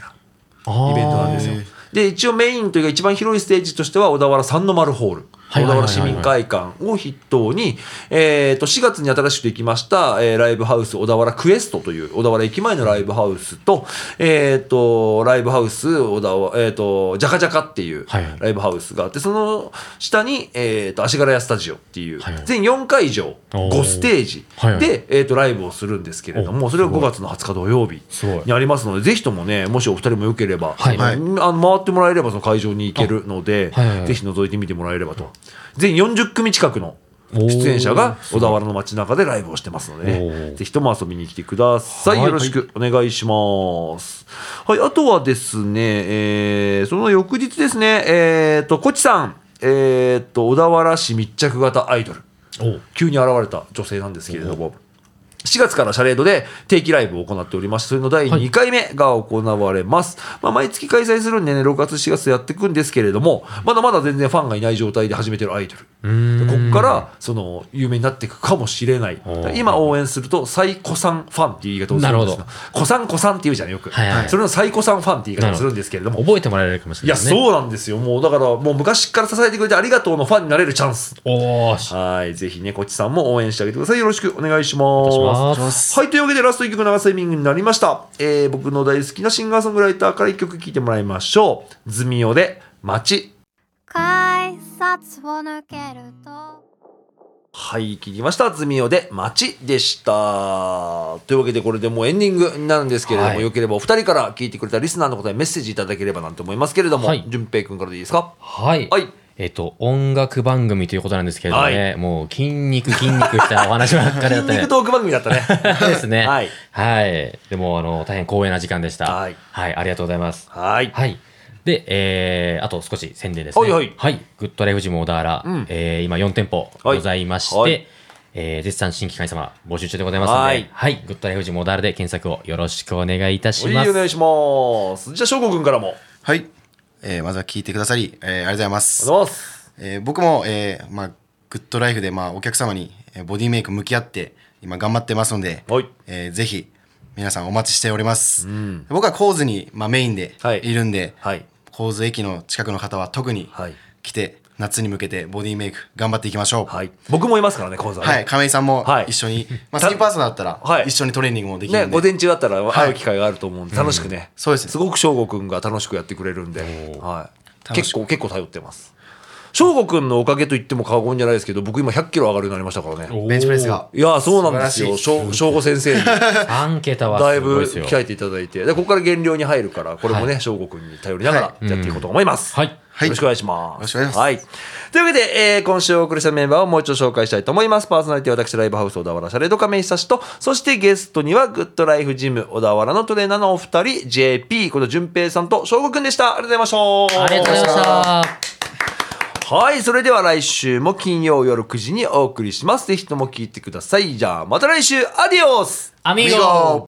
[SPEAKER 2] イ
[SPEAKER 1] イベントなんですよ
[SPEAKER 3] へー。
[SPEAKER 1] で、一応メインというか一番広いステージとしては小田原三の丸ホール。
[SPEAKER 2] はい
[SPEAKER 1] 小田
[SPEAKER 2] はいはいは
[SPEAKER 1] 原
[SPEAKER 2] い
[SPEAKER 1] 市民会館を筆頭に、えっ、と、4月に新しくできました、えーライブハウス小田原クエストという、小田原駅前のライブハウスと、えっ、と、ライブハウス小田原、えっ、と、ジャカジャカっていう
[SPEAKER 2] はいはい
[SPEAKER 1] ライブハウスがあって、その下に、えっ、と、足柄屋スタジオっていう
[SPEAKER 2] はいは、い
[SPEAKER 1] 全4会場、
[SPEAKER 2] おー
[SPEAKER 1] 5ステージ
[SPEAKER 2] はいはい
[SPEAKER 1] で、えっ、と、ライブをするんですけれども、
[SPEAKER 2] お
[SPEAKER 1] それが
[SPEAKER 2] すご
[SPEAKER 1] 5
[SPEAKER 2] い
[SPEAKER 1] 月の20日土曜日
[SPEAKER 2] すごい
[SPEAKER 1] にありますので、ぜひともね、もしお二人もよければ、
[SPEAKER 2] はい
[SPEAKER 1] あのあの回ってもらえればその会場に行けるので、
[SPEAKER 2] あはいはいはい
[SPEAKER 1] ぜひ覗いてみてもらえればと全40組近くの出演者が小田原の街中でライブをしてますので、
[SPEAKER 2] お
[SPEAKER 1] ね、
[SPEAKER 2] ー
[SPEAKER 1] ぜひとも遊びに来てください、
[SPEAKER 2] はい
[SPEAKER 1] よろしくお願いします、はい、あとはですね、えーその翌日ですねえっ、とこちさんえっ、と小田原市密着型アイドル
[SPEAKER 2] お
[SPEAKER 1] 急に現れた女性なんですけれども、4月からシャレードで定期ライブを行っておりまして、それの第
[SPEAKER 2] はい
[SPEAKER 1] 2回目が行われます。まあ、毎月開催するんでね、6月、4月やっていくんですけれども、まだまだ全然ファンがいない状態で始めてるアイドル。でここから、その、有名になっていくかもしれない
[SPEAKER 2] お。ー
[SPEAKER 1] 今応援すると、最古参ファンっていう言い方をするんです
[SPEAKER 2] な
[SPEAKER 1] が
[SPEAKER 2] る、
[SPEAKER 1] 古参古参って言うじゃん、よく。
[SPEAKER 2] はいはい
[SPEAKER 1] それの最古参ファンって言い方をするんですけれども、
[SPEAKER 2] 覚えてもらえるかもし
[SPEAKER 1] い
[SPEAKER 2] れ
[SPEAKER 1] や、
[SPEAKER 2] ないですね。
[SPEAKER 1] そうなんですよ。もう、だから、もう昔から支えてくれてありがとうのファンになれるチャンス。
[SPEAKER 2] おーし。
[SPEAKER 1] はい。ぜひね、こっちさんも応援してあげてください。よろしくお願いします。
[SPEAKER 2] お願いしま
[SPEAKER 1] はい。というわけで、ラスト1曲流すタイミングになりました。えー僕の大好きなシンガーソングライターから1曲聴いてもらいましょう。ズミオで、街。
[SPEAKER 4] 改札を抜けると
[SPEAKER 1] はい、聞きました。ズミオで街でした。というわけで、これでもうエンディングになるんですけれども、
[SPEAKER 2] はい
[SPEAKER 1] よければお二人から聞いてくれたリスナーのことにメッセージいただければなんて思いますけれども、
[SPEAKER 2] はい
[SPEAKER 1] 淳平君からでいいですか
[SPEAKER 2] はい。
[SPEAKER 1] はい
[SPEAKER 2] えっと、音楽番組ということなんですけれどもね、
[SPEAKER 1] は
[SPEAKER 2] もう筋肉筋肉したお話ばっかり
[SPEAKER 1] [LAUGHS] 筋
[SPEAKER 2] だった
[SPEAKER 1] 肉
[SPEAKER 2] ね。
[SPEAKER 1] トーク番組だったね。
[SPEAKER 2] [LAUGHS] そうですね。
[SPEAKER 1] はい。
[SPEAKER 2] はい。でも、あの、大変光栄な時間でした。
[SPEAKER 1] はい
[SPEAKER 2] ありがとうございます。
[SPEAKER 1] はい。
[SPEAKER 2] はい。で、えー、あと少し宣伝ですね。
[SPEAKER 1] はいはい
[SPEAKER 2] グッドライフジム小田原、
[SPEAKER 1] うん
[SPEAKER 2] えー今4店舗
[SPEAKER 1] はい
[SPEAKER 2] ございまして、
[SPEAKER 1] はい
[SPEAKER 2] えー絶賛新規会員様募集中でございますので、
[SPEAKER 1] は
[SPEAKER 2] はいい、グッドライフジム小田原で検索をよろしくお願いいたし
[SPEAKER 1] おい
[SPEAKER 2] ま
[SPEAKER 1] お
[SPEAKER 2] す。
[SPEAKER 1] 願いします。じゃあ、翔吾君からも。
[SPEAKER 3] はい。えーまずは聞いてくださり、えーありがとうございます。
[SPEAKER 1] おはようございます。
[SPEAKER 3] えー僕も、えーまあ、グッドライフで、まあ、お客様にえーボディメイク向き合って今頑張ってますので、
[SPEAKER 1] はい
[SPEAKER 3] えーぜひ皆さんお待ちしております、
[SPEAKER 1] ん
[SPEAKER 3] 僕は神津に、まあ、メインで
[SPEAKER 1] はい
[SPEAKER 3] いるんで、
[SPEAKER 1] はい。
[SPEAKER 3] 神津駅の近くの方は特に
[SPEAKER 1] はい
[SPEAKER 3] 来て、夏に向けてボディメイク頑張っていきましょう
[SPEAKER 1] はい。僕もいますからね、講座ね
[SPEAKER 3] はい、亀井さんも
[SPEAKER 1] はい
[SPEAKER 3] 一緒に、
[SPEAKER 1] [LAUGHS]
[SPEAKER 3] まあ、
[SPEAKER 1] た
[SPEAKER 3] スリーパーソンだったら
[SPEAKER 1] はい
[SPEAKER 3] 一緒にトレーニングもできる
[SPEAKER 1] ね、
[SPEAKER 3] んで、
[SPEAKER 1] 午前中だったら
[SPEAKER 3] はい
[SPEAKER 1] 会う機会があると思うんで、楽しくね、
[SPEAKER 3] そうですね
[SPEAKER 1] すごく翔吾くんが楽しくやってくれるんで、はい、
[SPEAKER 3] 楽
[SPEAKER 1] 結
[SPEAKER 3] し
[SPEAKER 1] 構、結構頼ってます。翔吾くんのおかげと言っても過言じゃないですけど、僕今100キロ上がるようになりましたからね。
[SPEAKER 2] おー
[SPEAKER 3] ベンチプレスが
[SPEAKER 1] いやー、そうなんですよ。
[SPEAKER 3] 素
[SPEAKER 1] 翔翔吾先生に。
[SPEAKER 2] 3桁は
[SPEAKER 1] だい
[SPEAKER 2] すご
[SPEAKER 1] ぶ
[SPEAKER 2] いですよ。
[SPEAKER 1] 鍛えていただいて、でここから減量に入るから、これもね、翔吾くんに頼りながらやっていこうと思います。
[SPEAKER 2] はいうん
[SPEAKER 3] はい
[SPEAKER 1] よろしくお願いします。
[SPEAKER 3] よろしくお願いします
[SPEAKER 1] はい。というわけで、えー今週お送りしたメンバーをもう一度紹介したいと思います。パーソナリティは私、ライブハウス小田原シャレード亀井久志と、そしてゲストには、グッドライフジム小田原のトレーナーのお二人、JP、こと淳平さんと翔吾くんでした。ありがとうございました。
[SPEAKER 2] ありがとうございました。
[SPEAKER 1] はい。それでは来週も金曜夜9時にお送りします。ぜひとも聞いてください。じゃあ、また来週、アディオス
[SPEAKER 2] アミー
[SPEAKER 3] アミー
[SPEAKER 2] ゴ
[SPEAKER 3] ゴ